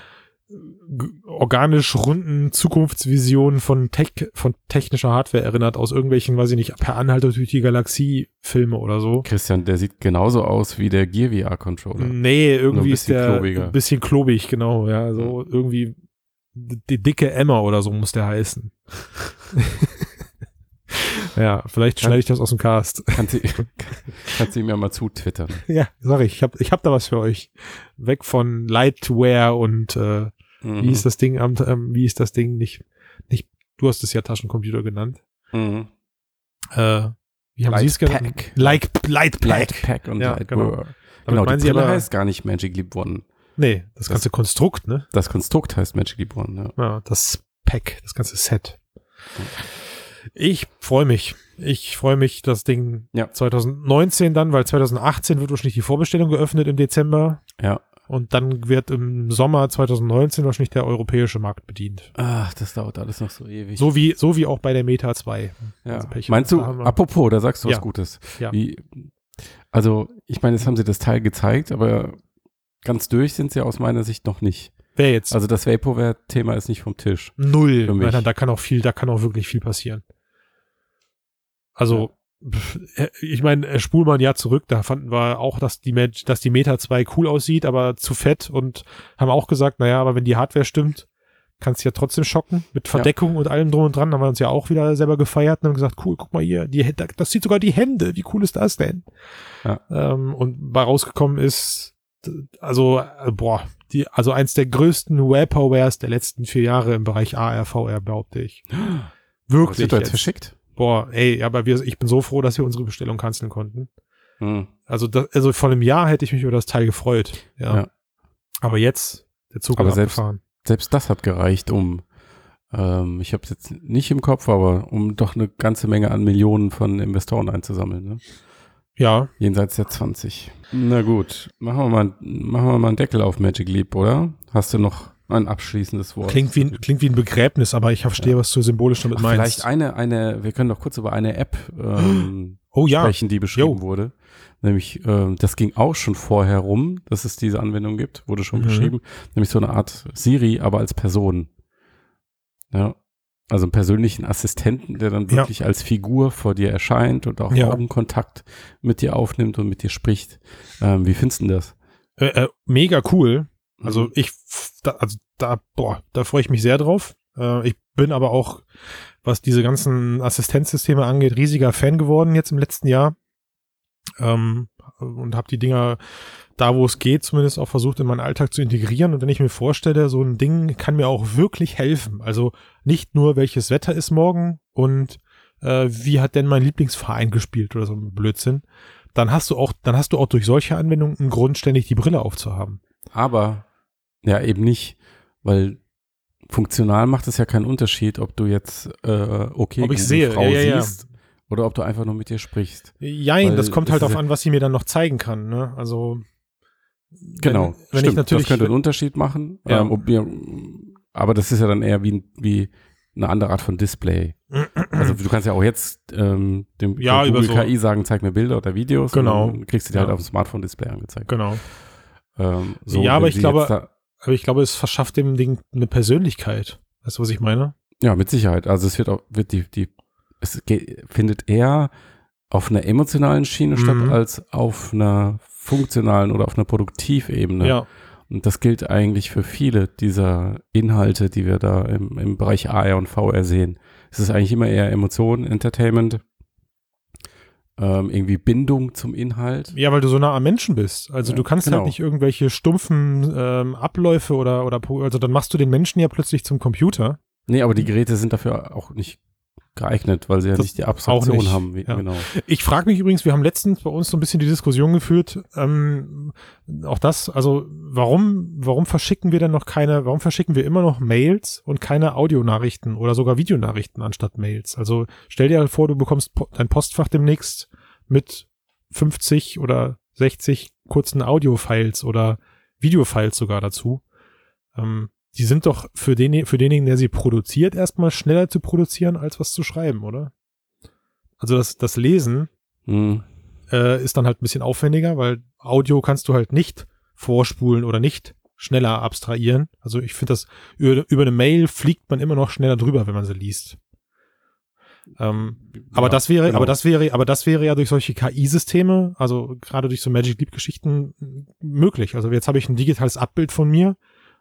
S2: g- organisch runden Zukunftsvisionen von Tech, von technischer Hardware erinnert, aus irgendwelchen, weiß ich nicht, per Anhalter durch die Galaxie Filme oder so.
S1: Christian, der sieht genauso aus wie der Gear VR-Controller.
S2: Nee, irgendwie
S1: ein
S2: ist
S1: bisschen
S2: der
S1: klobiger.
S2: ein bisschen klobig, genau, ja, so irgendwie d- die dicke Emma oder so muss der heißen. ja, vielleicht schneide ich das aus dem Cast.
S1: Kannst du, kannst du ihm ja mal zutwittern.
S2: ja, sag ich, ich habe ich hab da was für euch. Weg von Lightware und äh,
S1: Mhm.
S2: wie ist das Ding am, ähm, wie ist das Ding nicht nicht du hast es ja Taschencomputer genannt.
S1: Mhm.
S2: Äh, wie haben sie es genannt?
S1: Lightpack.
S2: Light Lightpack.
S1: Lightpack und
S2: Ja,
S1: Lightwar.
S2: Damit
S1: Genau,
S2: meinen
S1: die
S2: sie
S1: Brille
S2: aber
S1: heißt gar nicht Magic Leap One.
S2: nee, das ganze Konstrukt, ne?
S1: Das Konstrukt heißt Magic Leap One, ja.
S2: Ja, das Pack, das ganze Set. Ich freue mich. Ich freue mich, das Ding
S1: Ja.
S2: 2019 dann, weil 2018 wird wahrscheinlich die Vorbestellung geöffnet im Dezember.
S1: Ja.
S2: Und dann wird im Sommer 2019 wahrscheinlich der europäische Markt bedient.
S1: Ach, das dauert alles noch so ewig.
S2: So wie, so wie auch bei der Meta 2.
S1: ja.
S2: also Pech.
S1: Meinst du,
S2: Da haben wir-
S1: apropos, da sagst du
S2: Ja.
S1: was Gutes.
S2: Ja.
S1: Wie, also, ich meine, jetzt haben sie das Teil gezeigt, aber ganz durch sind sie aus meiner Sicht noch nicht.
S2: Wer jetzt?
S1: Also das Vaporware-Thema ist nicht vom Tisch.
S2: Null.
S1: Für mich.
S2: Nein, nein, da kann auch viel, da kann auch wirklich viel passieren. Also, pf, äh, ich meine, äh, spul mal ein Jahr zurück, da fanden wir auch, dass die, Med- dass die Meta 2 cool aussieht, aber zu fett und haben auch gesagt, naja, aber wenn die Hardware stimmt, kannst du ja trotzdem schocken mit Verdeckung und allem drum und dran. Da haben wir uns ja auch wieder selber gefeiert und haben gesagt, cool, guck mal hier, die, Hä- das sieht sogar die Hände, wie cool ist das denn?
S1: Ja.
S2: Ähm, und bei rausgekommen ist, d- also, äh, boah, die, also eins der größten Vaporwares der letzten vier Jahre im Bereich AR, VR, behaupte ich.
S1: Das
S2: Wirklich.
S1: wird doch Oh, jetzt
S2: Jetzt.
S1: verschickt.
S2: Boah, ey, aber wir, ich bin so froh, dass wir unsere Bestellung canceln konnten.
S1: Hm.
S2: Also, das, also vor einem Jahr hätte ich mich über das Teil gefreut. Ja.
S1: Ja.
S2: Aber jetzt, der Zug
S1: Aber
S2: ist
S1: selbst-
S2: abgefahren.
S1: Selbst das hat gereicht, um, ähm, ich habe es jetzt nicht im Kopf, aber um doch eine ganze Menge an Millionen von Investoren einzusammeln. Ne?
S2: Ja,
S1: Jenseits der 20. Na gut, machen wir, mal, machen wir mal einen Deckel auf Magic Leap, oder? Hast du noch ein abschließendes Wort?
S2: klingt wie, ein, klingt wie ein Begräbnis, aber ich verstehe, was du symbolisch damit
S1: Ach,
S2: meinst.
S1: vielleicht eine, eine, wir können noch kurz über eine App ähm,
S2: oh ja,
S1: sprechen, die beschrieben
S2: Jo.
S1: wurde. Nämlich, ähm, das ging auch schon vorher rum, dass es diese Anwendung gibt, wurde schon
S2: Mhm.
S1: beschrieben. Nämlich so eine Art Siri, aber als Person. Ja. Also einen persönlichen Assistenten, der dann
S2: Ja.
S1: wirklich als Figur vor dir erscheint und auch
S2: Ja.
S1: Augenkontakt mit dir aufnimmt und mit dir spricht. Ähm, wie findest du denn das?
S2: äh, äh, mega cool.
S1: Mhm.
S2: Also ich, f- da, also da, boah, da freue ich mich sehr drauf. Äh, ich bin aber auch, was diese ganzen Assistenzsysteme angeht, riesiger Fan geworden jetzt im letzten Jahr. Ähm, und habe die Dinger da, wo es geht, zumindest auch versucht, in meinen Alltag zu integrieren. Und wenn ich mir vorstelle, so ein Ding kann mir auch wirklich helfen. Also nicht nur, welches Wetter ist morgen und äh, wie hat denn mein Lieblingsverein gespielt oder so ein Blödsinn. Dann hast du auch, dann hast du auch durch solche Anwendungen einen Grund, ständig die Brille aufzuhaben.
S1: Aber ja, eben nicht, weil funktional macht es ja keinen Unterschied, ob du jetzt äh, okay
S2: Ob
S1: Google
S2: ich sehe,
S1: Frau
S2: ja, ja, ja.
S1: siehst oder ob du einfach nur mit dir sprichst.
S2: Jein,
S1: Weil
S2: das kommt
S1: das
S2: halt
S1: ist
S2: darauf
S1: ja-
S2: an, was sie mir dann noch zeigen kann. Ne? Also
S1: Genau.
S2: wenn, wenn ich
S1: stimmt,
S2: natürlich
S1: das könnte einen Unterschied machen.
S2: Ja.
S1: Ähm, ob wir, aber das ist ja dann eher wie, ein- wie eine andere Art von Display. Also du kannst ja auch jetzt ähm, dem
S2: Ja,
S1: der Google
S2: über so-
S1: KI sagen, zeig mir Bilder oder Videos.
S2: Genau.
S1: Und dann kriegst du die halt
S2: Ja.
S1: auf dem Smartphone-Display angezeigt.
S2: genau,
S1: Ähm,
S2: Ja, aber
S1: wenn
S2: ich
S1: sie
S2: glaube-
S1: jetzt Da,
S2: aber ich glaube, es verschafft dem Ding eine Persönlichkeit. Weißt du, was ich meine?
S1: Ja, mit Sicherheit. Also es wird auch, wird die, die, es ge- findet eher auf einer emotionalen Schiene
S2: Mhm.
S1: statt als auf einer funktionalen oder auf einer Produktivebene.
S2: Ja,
S1: Und das gilt eigentlich für viele dieser Inhalte, die wir da im, im Bereich AR und VR sehen. Es ist eigentlich immer eher Emotionen, Entertainment, ähm, irgendwie Bindung zum Inhalt.
S2: ja, weil du so nah am Menschen bist. Also
S1: Ja,
S2: du kannst
S1: genau.
S2: halt nicht irgendwelche stumpfen ähm, Abläufe oder oder po- also dann machst du den Menschen ja plötzlich zum Computer.
S1: Nee, aber die Geräte sind dafür auch nicht geeignet, weil sie ja
S2: Das
S1: nicht die Abstraktion
S2: nicht,
S1: haben. Wie,
S2: ja.
S1: Genau.
S2: Ich frage mich übrigens, wir haben letztens bei uns so ein bisschen die Diskussion geführt, ähm, auch das, also warum, warum verschicken wir denn noch keine, warum verschicken wir immer noch Mails und keine Audionachrichten oder sogar Videonachrichten anstatt Mails? Also stell dir vor, du bekommst po dein Postfach demnächst mit 50 oder 60 kurzen Audio-Files oder Video-Files sogar dazu. Ähm, die sind doch für, den, für denjenigen, der sie produziert, erstmal schneller zu produzieren, als was zu schreiben, oder? Also das, das Lesen
S1: Hm.
S2: äh, ist dann halt ein bisschen aufwendiger, weil Audio kannst du halt nicht vorspulen oder nicht schneller abstrahieren. Also ich finde das, über, über eine Mail fliegt man immer noch schneller drüber, wenn man sie liest. Ähm, aber
S1: Ja,
S2: das wäre,
S1: genau.
S2: aber das wäre, aber das wäre ja durch solche KI-Systeme, also gerade durch so Magic Leap-Geschichten m- möglich. Also jetzt habe ich ein digitales Abbild von mir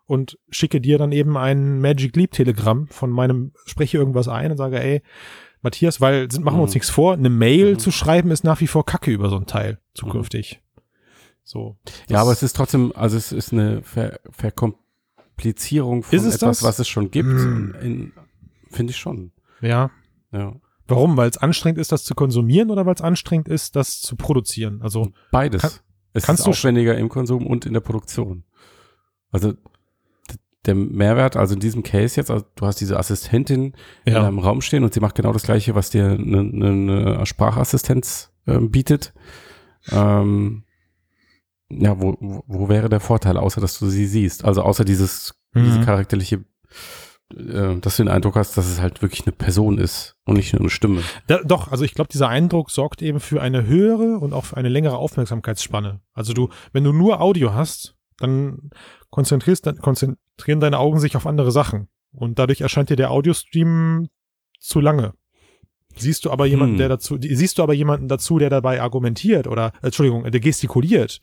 S2: und schicke dir dann eben ein Magic Leap-Telegramm von meinem, spreche irgendwas ein und sage, ey, Matthias, weil sind, machen wir uns
S1: Mhm.
S2: nichts vor, eine Mail
S1: Mhm.
S2: zu schreiben ist nach wie vor Kacke über so ein Teil zukünftig. So.
S1: Ja, aber es ist trotzdem, also es ist eine Ver Verkomplizierung von
S2: Ist es
S1: etwas,
S2: das?
S1: was es schon gibt.
S2: Mm.
S1: In- Finde ich schon.
S2: Ja.
S1: Ja.
S2: Warum? Weil es anstrengend ist, das zu konsumieren oder weil es anstrengend ist, das zu produzieren? Also,
S1: Beides.
S2: Kann-
S1: es
S2: kannst
S1: ist
S2: du-
S1: aufwendiger im Konsum und in der Produktion. Also d- der Mehrwert, also in diesem Case jetzt, also du hast diese Assistentin in
S2: Ja.
S1: einem Raum stehen und sie macht genau das Gleiche, was dir eine, eine, eine Sprachassistenz ähm, bietet. Ähm, ja, wo, wo wo wäre der Vorteil, außer dass du sie siehst? Also außer dieses,
S2: Mhm.
S1: diese charakterliche, äh, dass du den Eindruck hast, dass es halt wirklich eine Person ist und nicht nur eine Stimme.
S2: da, doch, also ich glaube, dieser Eindruck sorgt eben für eine höhere und auch für eine längere Aufmerksamkeitsspanne. Also du, wenn du nur Audio hast, dann konzentrierst, dann konzentrieren deine Augen sich auf andere Sachen. Und dadurch erscheint dir der Audiostream zu lange. Siehst du aber jemanden,
S1: Hm.
S2: der dazu, die- siehst du aber jemanden dazu, der dabei argumentiert oder, äh, Entschuldigung, der gestikuliert,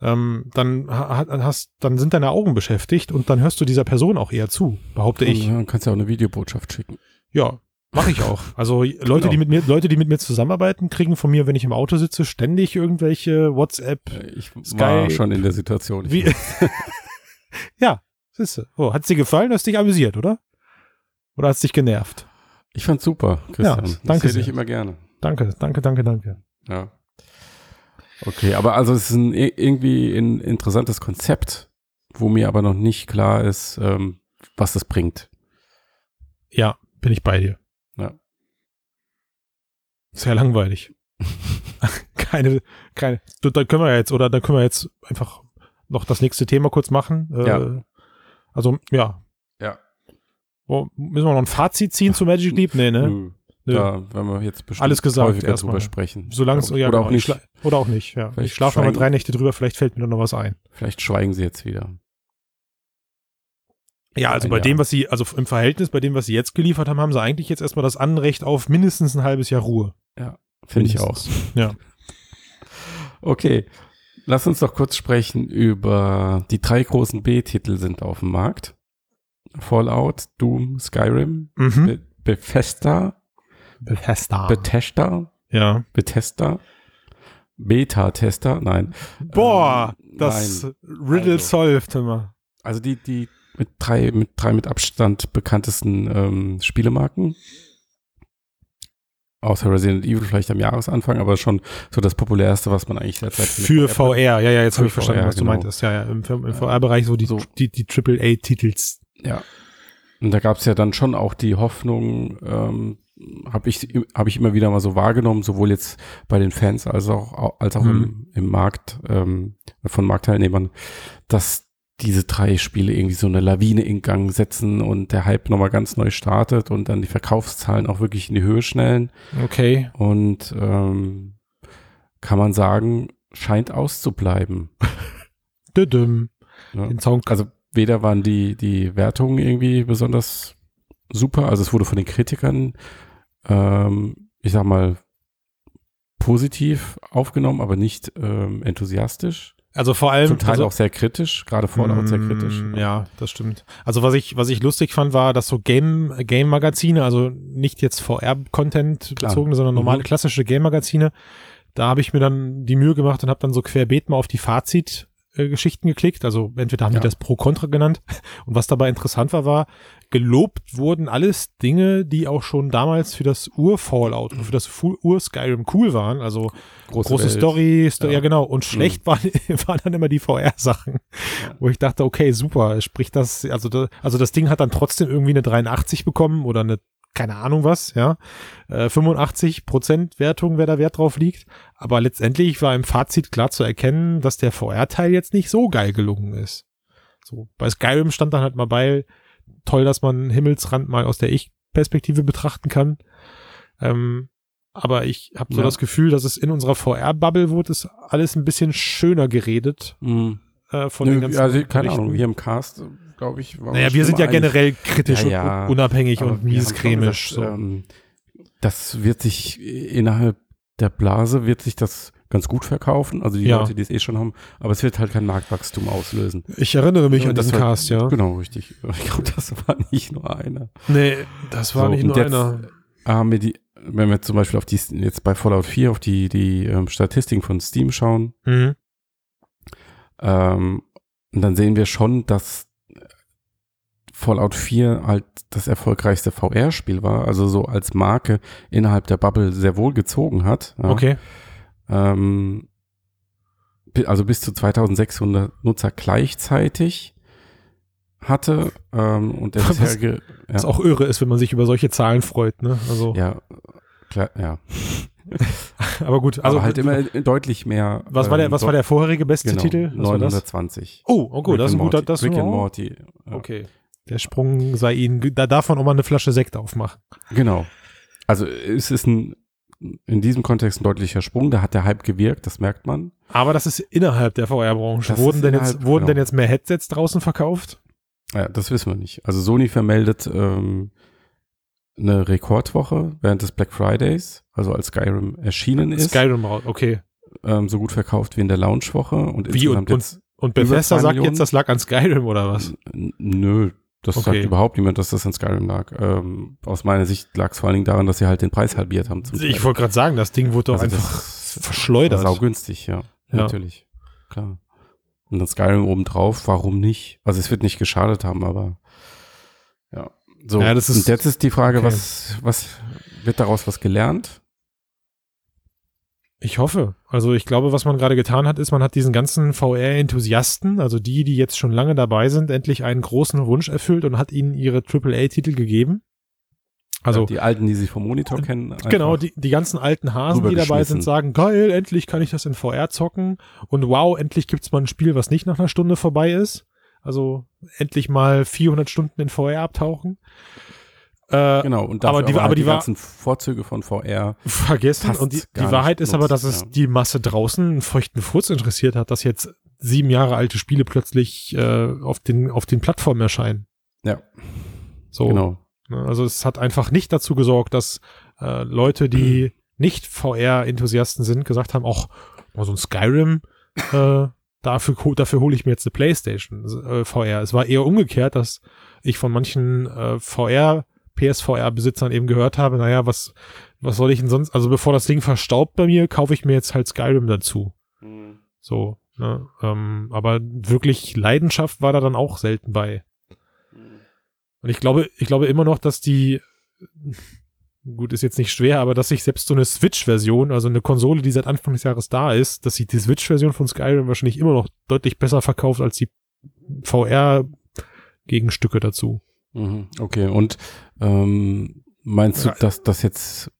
S2: ähm, dann ha- ha- hast, dann sind deine Augen beschäftigt und dann hörst du dieser Person auch eher zu, behaupte ich.
S1: Und dann kannst du ja auch eine Videobotschaft schicken.
S2: Ja, mache ich auch. Also Leute, die mit mir, Leute, die mit mir zusammenarbeiten, kriegen von mir, wenn ich im Auto sitze, ständig irgendwelche WhatsApp.
S1: Äh, Ich
S2: Sky-
S1: war schon in der Situation. Ich
S2: Wie, ja, siehste. Oh, hat's dir gefallen? Hast dich amüsiert, oder? Oder hat's dich genervt?
S1: Ich fand's super,
S2: Ja,
S1: Christian. das
S2: danke
S1: hätte ich
S2: sehr.
S1: immer gerne.
S2: Danke, danke, danke, danke.
S1: Ja. Okay, aber also es ist ein, i- irgendwie ein interessantes Konzept, wo mir aber noch nicht klar ist, ähm, was das bringt.
S2: Ja, bin ich bei dir.
S1: Ja.
S2: Sehr langweilig. keine, keine. Du, Dann können wir ja jetzt, oder dann können wir jetzt einfach noch das nächste Thema kurz machen. Äh,
S1: Ja.
S2: Also, ja.
S1: Ja.
S2: Wo, müssen wir noch ein Fazit ziehen zu Magic Leap? Nee, ne?
S1: Nö,
S2: Nö.
S1: Hm, Da werden wir jetzt bestimmt
S2: Alles gesagt,
S1: häufiger
S2: erstmal. ne?
S1: drüber sprechen.
S2: Solange es,
S1: Glaub ich.
S2: ja,
S1: Oder
S2: genau,
S1: auch
S2: ich
S1: nicht.
S2: schla- Oder auch nicht, ja.
S1: Vielleicht
S2: ich schlafe nochmal
S1: schweigen-
S2: drei Nächte drüber, vielleicht fällt mir dann noch was ein.
S1: Vielleicht schweigen sie jetzt wieder.
S2: Ja, also
S1: Ein
S2: bei
S1: Jahr.
S2: dem, was sie, also im Verhältnis bei dem, was sie jetzt geliefert haben, haben sie eigentlich jetzt erstmal das Anrecht auf mindestens ein halbes Jahr Ruhe.
S1: Finde ich auch.
S2: Ja.
S1: Okay. Lass uns doch kurz sprechen über die drei großen B-Titel sind auf dem Markt. Fallout, Doom, Skyrim,
S2: Mhm.
S1: Be Bethesda,
S2: Bethesda.
S1: Bethesda,
S2: ja.
S1: Betester, Beta-Tester, nein.
S2: Boah,
S1: Ähm,
S2: das
S1: Nein.
S2: Riddle
S1: Also.
S2: solved immer.
S1: Also die, die mit drei, mit drei mit Abstand bekanntesten ähm, Spielemarken. Außer Resident Evil vielleicht am Jahresanfang, aber schon so das populärste, was man eigentlich derzeit mit
S2: Für
S1: Apple-
S2: VR, ja, ja, jetzt
S1: Für
S2: habe ich verstanden,
S1: VR,
S2: was du
S1: genau.
S2: meintest. Ja, ja, im, im VR-Bereich so die,
S1: So.
S2: die, die AAA-Titels.
S1: Ja. Und da gab es ja dann schon auch die Hoffnung, ähm, habe ich, hab ich immer wieder mal so wahrgenommen, sowohl jetzt bei den Fans als auch, als auch
S2: Mhm.
S1: im, im Markt, ähm, von Marktteilnehmern, dass diese drei Spiele irgendwie so eine Lawine in Gang setzen und der Hype nochmal ganz neu startet und dann die Verkaufszahlen auch wirklich in die Höhe schnellen.
S2: Okay.
S1: Und ähm, kann man sagen, scheint auszubleiben.
S2: Düdüm.
S1: Ne?
S2: Den Sound
S1: Also weder waren die, die Wertungen irgendwie besonders super, also es wurde von den Kritikern, ähm, ich sag mal, positiv aufgenommen, aber nicht ähm, enthusiastisch.
S2: Also vor allem
S1: Zum Teil
S2: also,
S1: auch sehr kritisch, gerade Fallout sehr
S2: Mm,
S1: kritisch.
S2: Ja, das stimmt. Also was ich, was ich lustig fand, war, dass so Game, Game Magazine, also nicht jetzt VR-Content
S1: Klar.
S2: bezogene, sondern normale
S1: Mhm.
S2: klassische Game Magazine, da habe ich mir dann die Mühe gemacht und habe dann so querbeet mal auf die Fazit äh, Geschichten geklickt, also entweder haben
S1: Ja.
S2: die das pro contra genannt und was dabei interessant war, war gelobt wurden alles Dinge, die auch schon damals für das Ur Fallout und für das Fu- Ur Skyrim cool waren, also
S1: Große,
S2: große
S1: Welt.
S2: Story, Sto ja.
S1: Ja. Mhm.
S2: genau. Und schlecht waren, waren dann immer die VR-Sachen,
S1: Ja.
S2: wo ich dachte, okay, super, spricht das, also, da, also das Ding hat dann trotzdem irgendwie eine 83 bekommen oder eine, keine Ahnung was, ja. Äh, 85 Prozent Wertung, wer da Wert drauf liegt. Aber letztendlich war im Fazit klar zu erkennen, dass der VR-Teil jetzt nicht so geil gelungen ist. So, bei Skyrim stand dann halt mal bei, toll, dass man Himmelsrand mal aus der Ich-Perspektive betrachten kann. Ähm, aber ich habe so
S1: Ja.
S2: das Gefühl, dass es in unserer VR-Bubble wurde, ist alles ein bisschen schöner geredet
S1: Mhm.
S2: äh, von
S1: Nö,
S2: den ganzen.
S1: also, keine
S2: Berichten.
S1: Ahnung, hier im Cast, glaube ich, waren
S2: Naja, wir
S1: schon
S2: sind ja
S1: einig.
S2: generell kritisch
S1: Ja, ja.
S2: und unabhängig
S1: Aber
S2: und
S1: wir
S2: miescremisch.
S1: haben schon gesagt, ähm, das wird sich innerhalb der Blase wird sich das ganz gut verkaufen, also die
S2: Ja.
S1: Leute, die es eh schon haben, aber es wird halt kein Marktwachstum auslösen.
S2: so. Ich erinnere mich
S1: Ja,
S2: an
S1: das
S2: diesen
S1: war-
S2: Cast, ja.
S1: Genau, richtig. Ich glaube, das war nicht nur einer.
S2: Nee, das war
S1: So,
S2: nicht
S1: und
S2: nur
S1: jetzt-
S2: einer.
S1: haben wir die, wenn wir zum Beispiel auf die, jetzt bei Fallout 4 auf die, die ähm, Statistiken von Steam schauen,
S2: Mhm.
S1: ähm, und dann sehen wir schon, dass Fallout 4 halt das erfolgreichste VR-Spiel war, also so als Marke innerhalb der Bubble sehr wohl gezogen hat. Ja.
S2: Okay.
S1: Ähm, bi- also bis zu 2600 Nutzer gleichzeitig hatte ähm, und der
S2: Was-
S1: bisherige,
S2: Was auch irre ist, wenn man sich über solche Zahlen freut, ne? Also,
S1: ja, klar, ja.
S2: aber gut.
S1: Also
S2: Also,
S1: aber halt immer deutlich mehr.
S2: was war der,
S1: ähm,
S2: was war der vorherige beste Titel? Was war das?
S1: 920.
S2: Oh, oh gut, das ist ein guter, das ist
S1: Rick
S2: ein-
S1: and Morty. Ja,
S2: Okay. Der Sprung sei ihnen, ge- da darf man auch mal eine Flasche Sekt aufmachen.
S1: Genau. Also es ist ein, in diesem Kontext ein deutlicher Sprung. Da hat der Hype gewirkt, das merkt man.
S2: Aber das ist innerhalb der VR-Branche.
S1: Das
S2: Wurden,
S1: ist
S2: denn
S1: innerhalb-
S2: jetzt, wurden
S1: genau.
S2: denn jetzt mehr Headsets draußen verkauft?
S1: Ja, das wissen wir nicht. Also Sony vermeldet ähm, eine Rekordwoche während des Black Fridays, also als Skyrim erschienen ist,
S2: Skyrim raus, okay.
S1: ähm, so gut verkauft wie in der Launchwoche und
S2: Wie, und-
S1: insgesamt jetzt
S2: Und
S1: Über
S2: Bethesda
S1: zwei
S2: sagt
S1: Millionen? Hm,
S2: jetzt, das lag an Skyrim oder was?
S1: N- Nö, das
S2: Okay.
S1: sagt überhaupt niemand, dass das an Skyrim lag. Ähm, aus meiner Sicht lag es vor allen Dingen daran, dass sie halt den Preis halbiert haben. Zum
S2: Ich wollte gerade sagen, das Ding wurde doch
S1: Also
S2: einfach
S1: das-
S2: verschleudert.
S1: Sau günstig, ja.
S2: Ja.
S1: Natürlich. Klar. Und dann Skyrim obendrauf, warum nicht? Also es wird nicht geschadet haben, aber ja. So,
S2: Ja, das ist-
S1: und jetzt ist die Frage,
S2: okay.
S1: was, was wird daraus was gelernt?
S2: Ich hoffe. Also ich glaube, was man gerade getan hat, ist, man hat diesen ganzen VR-Enthusiasten, also die, die jetzt schon lange dabei sind, endlich einen großen Wunsch erfüllt und hat ihnen ihre AAA-Titel gegeben. Also
S1: Ja, die Alten, die sich vom Monitor kennen. einfach.
S2: genau, die, die ganzen alten Hasen, die dabei
S1: rübergeschmissen.
S2: sind, sagen, geil, endlich kann ich das in VR zocken und wow, endlich gibt's mal ein Spiel, was nicht nach einer Stunde vorbei ist. Also endlich mal 400 Stunden in VR abtauchen. Äh,
S1: Genau, und
S2: Aber
S1: dafür
S2: die- aber
S1: halt
S2: die war-
S1: ganzen Vorzüge von VR.
S2: vergessen.
S1: Fast
S2: Und die,
S1: gar
S2: die Wahrheit
S1: nicht
S2: ist aber,
S1: nutzt,
S2: dass es
S1: ja.
S2: die Masse draußen einen feuchten Furz interessiert hat, dass jetzt sieben Jahre alte Spiele plötzlich äh, auf, den, auf den Plattformen erscheinen.
S1: Ja.
S2: So.
S1: Genau.
S2: ne? Also es hat einfach nicht dazu gesorgt, dass äh, Leute, die nicht VR-Enthusiasten sind, gesagt haben, auch mal so ein Skyrim, äh, dafür, ho- dafür hole ich mir jetzt eine Playstation äh, VR. Es war eher umgekehrt, dass ich von manchen äh, VR, PSVR-Besitzern eben gehört habe, naja, was, was soll ich denn sonst, also bevor das Ding verstaubt bei mir, kaufe ich mir jetzt halt Skyrim dazu. So, ne? ähm, aber wirklich Leidenschaft war da dann auch selten bei. Und ich glaube, ich glaube immer noch, dass die, gut, ist jetzt nicht schwer, aber dass sich selbst so eine Switch-Version, also eine Konsole, die seit Anfang des Jahres da ist, dass sich die Switch-Version von Skyrim wahrscheinlich immer noch deutlich besser verkauft als die VR-Gegenstücke dazu.
S1: Mhm, Okay, und ähm, meinst du,
S2: Ja.
S1: dass das jetzt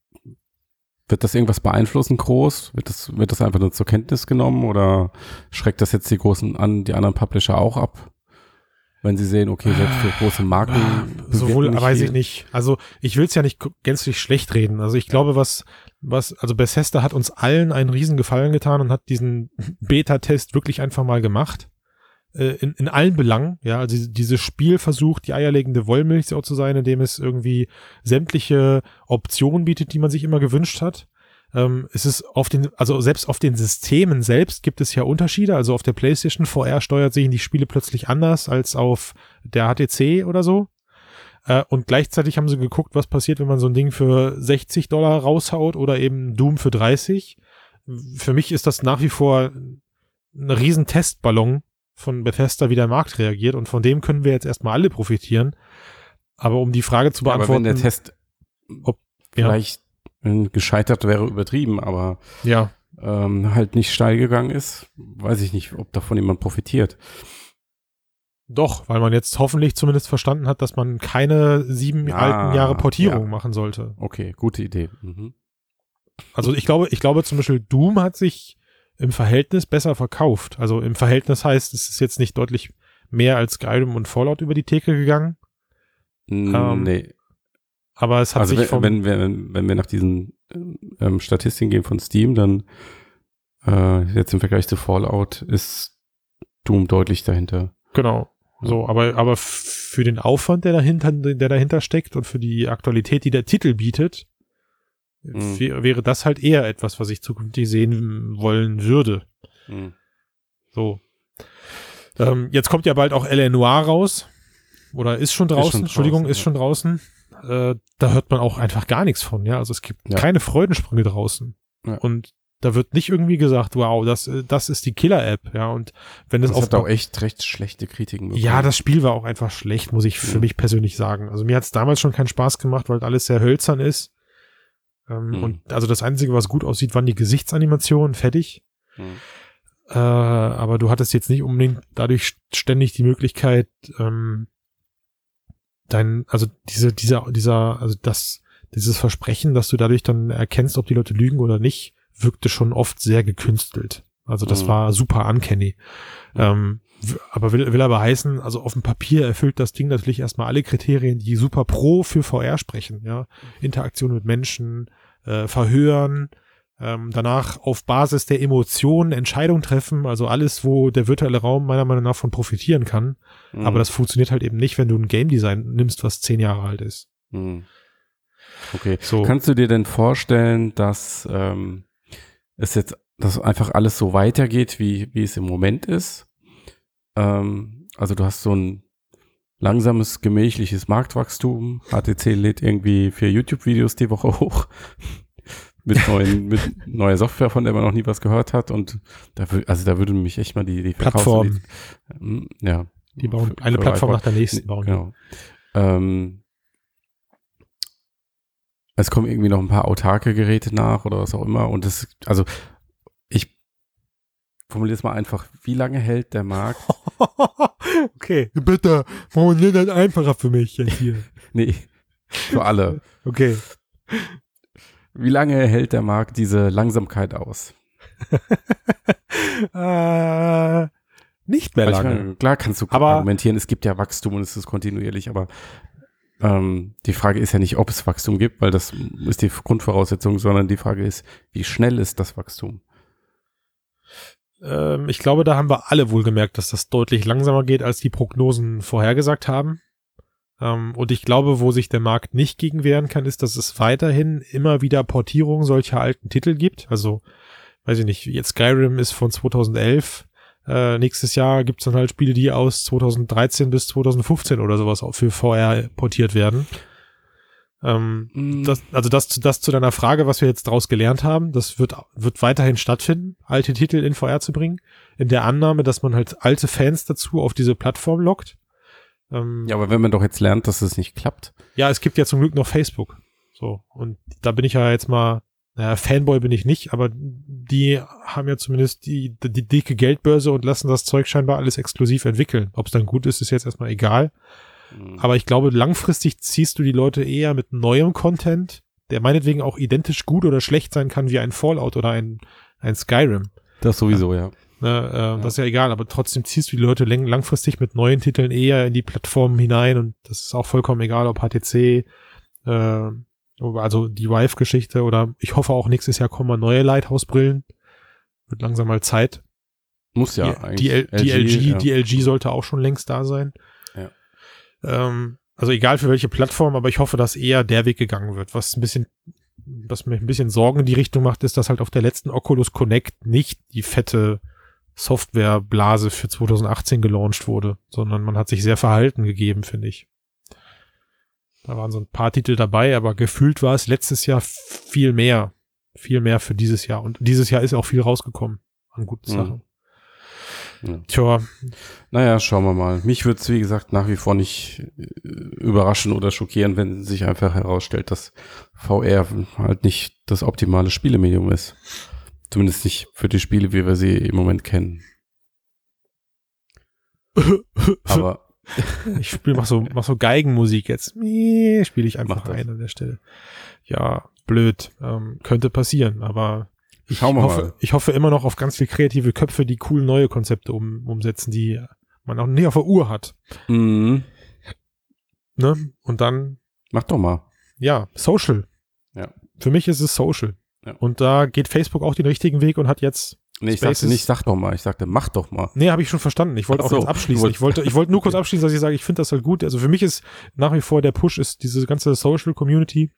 S1: wird das irgendwas beeinflussen groß? Wird das, wird das einfach nur zur Kenntnis genommen oder schreckt das jetzt die großen an, die anderen Publisher auch ab? Wenn sie sehen, okay, selbst für große Marken. bewirken
S2: Ah, Sowohl,
S1: nicht
S2: weiß
S1: viel.
S2: ich nicht. Also ich will es ja nicht k- gänzlich schlecht reden. Also ich glaube, was, was, also Bethesda hat uns allen einen riesen Gefallen getan und hat diesen Beta-Test wirklich einfach mal gemacht. Äh, in, in allen Belangen, ja, also diese- dieses Spiel versucht, die eierlegende Wollmilchsau zu sein, indem es irgendwie sämtliche Optionen bietet, die man sich immer gewünscht hat. Ähm, es ist auf den, also selbst auf den Systemen selbst gibt es ja Unterschiede. Also auf der PlayStation VR steuert sich in die Spiele plötzlich anders als auf der HTC oder so. Äh, und gleichzeitig haben sie geguckt, was passiert, wenn man so ein Ding für 60 Dollar raushaut oder eben Doom für 30. Für mich ist das nach wie vor ein riesen Testballon von Bethesda, wie der Markt reagiert. Und von dem können wir jetzt erstmal alle profitieren. Aber um die Frage zu
S1: Ja, Aber wenn
S2: beantworten.
S1: der Test
S2: Ob- ja.
S1: vielleicht äh, gescheitert wäre, übertrieben, aber
S2: ja.
S1: ähm, halt nicht steil gegangen ist, weiß ich nicht, ob davon jemand profitiert.
S2: Doch, weil man jetzt hoffentlich zumindest verstanden hat, dass man keine sieben
S1: Ah,
S2: alten Jahre Portierung
S1: ja.
S2: machen sollte.
S1: Okay, gute Idee. Mhm.
S2: Also ich glaube, ich glaube zum Beispiel Doom hat sich im Verhältnis besser verkauft. Also im Verhältnis heißt, es ist jetzt nicht deutlich mehr als Skyrim und Fallout über die Theke gegangen. Ähm,
S1: nee.
S2: Aber es hat
S1: Also
S2: sich
S1: wenn,
S2: vom,
S1: wenn, wir- wenn, wenn wir nach diesen ähm, Statistiken gehen von Steam, dann äh, jetzt im Vergleich zu Fallout ist Doom deutlich dahinter.
S2: Genau. So, aber, aber f- für den Aufwand, der dahinter, der dahinter steckt und für die Aktualität, die der Titel bietet,
S1: Mhm.
S2: wär- wäre das halt eher etwas, was ich zukünftig sehen wollen würde. So. Ähm, jetzt kommt ja bald auch L.A. Noir raus. Oder ist schon draußen,
S1: schon
S2: Entschuldigung,
S1: draußen,
S2: ist
S1: ja.
S2: schon draußen. Äh, da hört man auch einfach gar nichts von, ja. Also es gibt
S1: Ja.
S2: keine Freudensprünge draußen.
S1: Ja.
S2: Und da wird nicht irgendwie gesagt, wow, das, äh, das ist die Killer-App, ja. Und wenn es
S1: Das
S2: auf
S1: hat auch echt recht schlechte Kritiken bekommen.
S2: Ja, das Spiel war auch einfach schlecht, muss ich für
S1: Ja.
S2: mich persönlich sagen. Also mir hat's damals schon keinen Spaß gemacht, weil alles sehr hölzern ist. Ähm,
S1: Mhm.
S2: Und also das Einzige, was gut aussieht, waren die Gesichtsanimationen, fertig.
S1: Mhm.
S2: Äh, aber du hattest jetzt nicht unbedingt dadurch ständig die Möglichkeit, ähm, dein, also diese, dieser, dieser, also das, dieses Versprechen, dass du dadurch dann erkennst, ob die Leute lügen oder nicht, wirkte schon oft sehr gekünstelt. Also das
S1: Mhm.
S2: war super uncanny.
S1: Mhm.
S2: Ähm, w- aber will, will aber heißen, also auf dem Papier erfüllt das Ding natürlich erstmal alle Kriterien, die super pro für VR sprechen. Ja? Interaktion mit Menschen, äh, Verhören, ähm, danach auf Basis der Emotionen Entscheidungen treffen, also alles, wo der virtuelle Raum meiner Meinung nach von profitieren kann.
S1: Mhm.
S2: Aber das funktioniert halt eben nicht, wenn du ein Game Design nimmst, was zehn Jahre alt ist.
S1: Mhm. Okay.
S2: So.
S1: Kannst du dir denn vorstellen, dass ähm, es jetzt, dass einfach alles so weitergeht, wie, wie es im Moment ist? Ähm, also du hast so ein langsames, gemächliches Marktwachstum. HTC lädt irgendwie vier YouTube-Videos die Woche hoch. mit, neuen, mit neuer Software, von der man noch nie was gehört hat. Und da, wür- also da würde mich echt mal die, die Verkaufs-
S2: Plattform.
S1: Mm, Ja.
S2: Die bauen
S1: Für-
S2: eine
S1: für
S2: Plattform
S1: iPod.
S2: nach der nächsten.
S1: Nee,
S2: Bauen. die.
S1: Genau. Ähm, es kommen irgendwie noch ein paar autarke Geräte nach oder was auch immer. Und das, also ich formuliere es mal einfach, wie lange hält der Markt?
S2: okay. Bitte, formulier das einfacher für mich jetzt hier.
S1: nee, für alle.
S2: Okay.
S1: Wie lange hält der Markt diese Langsamkeit aus?
S2: Äh, nicht mehr
S1: Weil ich
S2: lange.
S1: meine, klar kannst du
S2: Aber-
S1: argumentieren, es gibt ja Wachstum und es ist kontinuierlich, aber ähm, die Frage ist ja nicht, ob es Wachstum gibt, weil das ist die Grundvoraussetzung, sondern die Frage ist, wie schnell ist das Wachstum?
S2: Ähm, ich glaube, da haben wir alle wohl gemerkt, dass das deutlich langsamer geht, als die Prognosen vorhergesagt haben. Ähm, und ich glaube, wo sich der Markt nicht gegen wehren kann, ist, dass es weiterhin immer wieder Portierungen solcher alten Titel gibt. Also, weiß ich nicht, jetzt Skyrim ist von 2011. Äh, nächstes Jahr gibt es dann halt Spiele, die aus 2013 bis 2015 oder sowas auch für VR portiert werden. Ähm,
S1: Mhm.
S2: das, also das, zu- das zu deiner Frage, was wir jetzt daraus gelernt haben, das wird, wird weiterhin stattfinden, alte Titel in VR zu bringen, in der Annahme, dass man halt alte Fans dazu auf diese Plattform lockt. Ähm,
S1: Ja, aber wenn man doch jetzt lernt, dass es nicht klappt.
S2: ja, es gibt ja zum Glück noch Facebook. So. Und da bin ich ja jetzt mal, naja, Fanboy bin ich nicht, aber die haben ja zumindest die, die dicke Geldbörse und lassen das Zeug scheinbar alles exklusiv entwickeln. Ob es dann gut ist, ist jetzt erstmal egal.
S1: Mhm.
S2: Aber ich glaube, langfristig ziehst du die Leute eher mit neuem Content, der meinetwegen auch identisch gut oder schlecht sein kann wie ein Fallout oder ein, ein Skyrim.
S1: das sowieso, ja.
S2: Ne, äh, Das ist ja egal, aber trotzdem ziehst du die Leute läng- langfristig mit neuen Titeln eher in die Plattformen hinein und das ist auch vollkommen egal, ob HTC, äh, also die Vive-Geschichte oder ich hoffe auch nächstes Jahr kommen mal neue Lighthouse-Brillen. Wird langsam mal Zeit.
S1: Muss ja
S2: Die-
S1: eigentlich.
S2: die, L- die LG,
S1: ja.
S2: die LG sollte auch schon längst da sein.
S1: Ja.
S2: Ähm, also egal für welche Plattform, aber ich hoffe, dass eher der Weg gegangen wird. Was ein bisschen, was mir ein bisschen Sorgen in die Richtung macht, ist, dass halt auf der letzten Oculus Connect nicht die fette Softwareblase für 2018 gelauncht wurde, sondern man hat sich sehr verhalten gegeben, finde ich. Da waren so ein paar Titel dabei, aber gefühlt war es letztes Jahr viel mehr. Viel mehr für dieses Jahr. Und dieses Jahr ist auch viel rausgekommen an guten
S1: Mhm.
S2: Sachen.
S1: Ja.
S2: Tja,
S1: Naja, schauen wir mal. Mich würde es, wie gesagt, nach wie vor nicht äh, überraschen oder schockieren, wenn sich einfach herausstellt, dass VR halt nicht das optimale Spielemedium ist. Zumindest nicht für die Spiele, wie wir sie im Moment kennen. Aber
S2: Ich spiel, mach, so, mach so Geigenmusik jetzt. Nee, Spiele ich einfach
S1: Mach das.
S2: ein an der Stelle. Ja, blöd. Ähm, könnte passieren, aber ich
S1: Schauen wir
S2: hoffe,
S1: mal.
S2: ich hoffe immer noch auf ganz viel kreative Köpfe, die cool neue Konzepte um, umsetzen, die man auch nie auf der Uhr hat.
S1: Mhm.
S2: Ne? Und dann,
S1: Mach doch mal.
S2: ja, Social.
S1: Ja.
S2: Für mich ist es Social.
S1: Ja.
S2: Und da geht Facebook auch den richtigen Weg und hat jetzt,
S1: Nee, ich
S2: Spaces-
S1: sagte nicht, sag doch mal. Ich sagte, mach doch mal.
S2: nee, habe ich schon verstanden. Ich wollte
S1: Ach
S2: auch
S1: so,
S2: jetzt abschließen.
S1: du
S2: Ich wollte, ich wollte nur kurz
S1: Okay.
S2: abschließen, dass ich sage, ich finde das halt gut. Also für mich ist nach wie vor der Push ist diese ganze Social Community.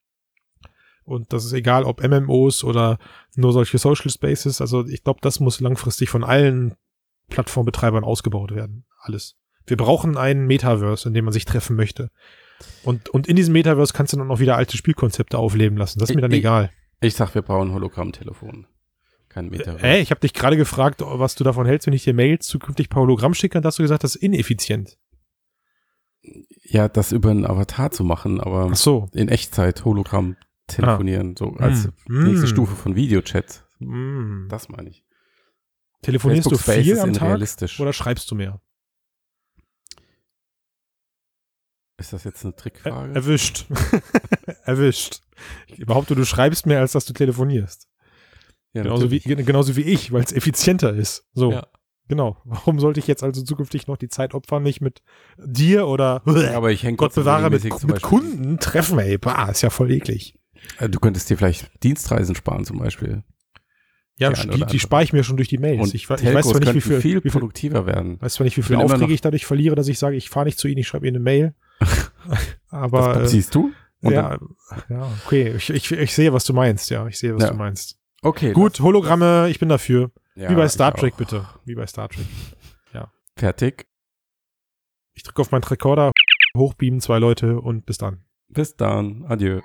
S2: Und das ist egal, ob MMOs oder nur solche Social Spaces. Also ich glaube, das muss langfristig von allen Plattformbetreibern ausgebaut werden. Alles. Wir brauchen einen Metaverse, in dem man sich treffen möchte. Und, und in diesem Metaverse kannst du dann auch wieder alte Spielkonzepte aufleben lassen. Das ist mir dann
S1: Ich-
S2: egal.
S1: Ich sag, wir brauchen Hologrammtelefon. Kein Meter.
S2: Ey, ich habe dich gerade gefragt, was du davon hältst, wenn ich dir Mails zukünftig per Hologramm schicke, und hast du gesagt, das ist ineffizient.
S1: Ja, das über einen Avatar zu machen, aber
S2: Ach so.
S1: in Echtzeit Hologramm telefonieren, so als
S2: Mm.
S1: nächste
S2: Mm.
S1: Stufe von Videochat.
S2: Mm.
S1: Das meine ich.
S2: Telefonierst du
S1: Hm. Facebook
S2: viel
S1: Spaces
S2: am
S1: in
S2: Tag
S1: realistisch.
S2: oder schreibst du mehr?
S1: Ist das jetzt eine
S2: Er,
S1: Trickfrage?
S2: Äh, erwischt. erwischt. Ich behaupte, du schreibst mehr, als dass du telefonierst.
S1: ja,
S2: genauso, genau wie,
S1: natürlich.
S2: gen- genauso wie ich, weil es effizienter ist. So.
S1: Ja.
S2: Genau. Warum sollte ich jetzt also zukünftig noch die Zeit opfern, mich mit dir oder
S1: Ja, aber ich hänge
S2: Gott bewahre mit, mit Kunden treffen? Ey, bah, ist ja voll eklig.
S1: Äh, Du könntest dir vielleicht Dienstreisen sparen zum Beispiel.
S2: Ja,
S1: Die eine ne, oder
S2: die, die
S1: andere.
S2: spare ich mir schon durch die Mails.
S1: Und
S2: ich, we- ich
S1: Telcos
S2: weiß zwar nicht, wie
S1: könnten
S2: viel,
S1: viel
S2: wie viel,
S1: produktiver werden.
S2: weiß zwar nicht, wie viel
S1: bin immer
S2: Aufträge
S1: noch-
S2: ich dadurch verliere, dass ich sage, ich fahre nicht zu Ihnen, ich schreibe Ihnen eine Mail. Aber
S1: das
S2: äh,
S1: siehst du? Und
S2: ja, ja, okay, ich, ich, ich sehe, was du meinst. Ja, ich sehe, was
S1: Ja.
S2: du meinst.
S1: Okay.
S2: Gut, Hologramme, ich bin dafür.
S1: das-
S2: wie
S1: ja,
S2: bei Star
S1: ich
S2: Trek
S1: auch.
S2: bitte. Wie bei Star Trek.
S1: Fertig.
S2: Ich drücke auf meinen Rekorder, hochbeamen zwei Leute und bis dann.
S1: Bis dann. Adieu.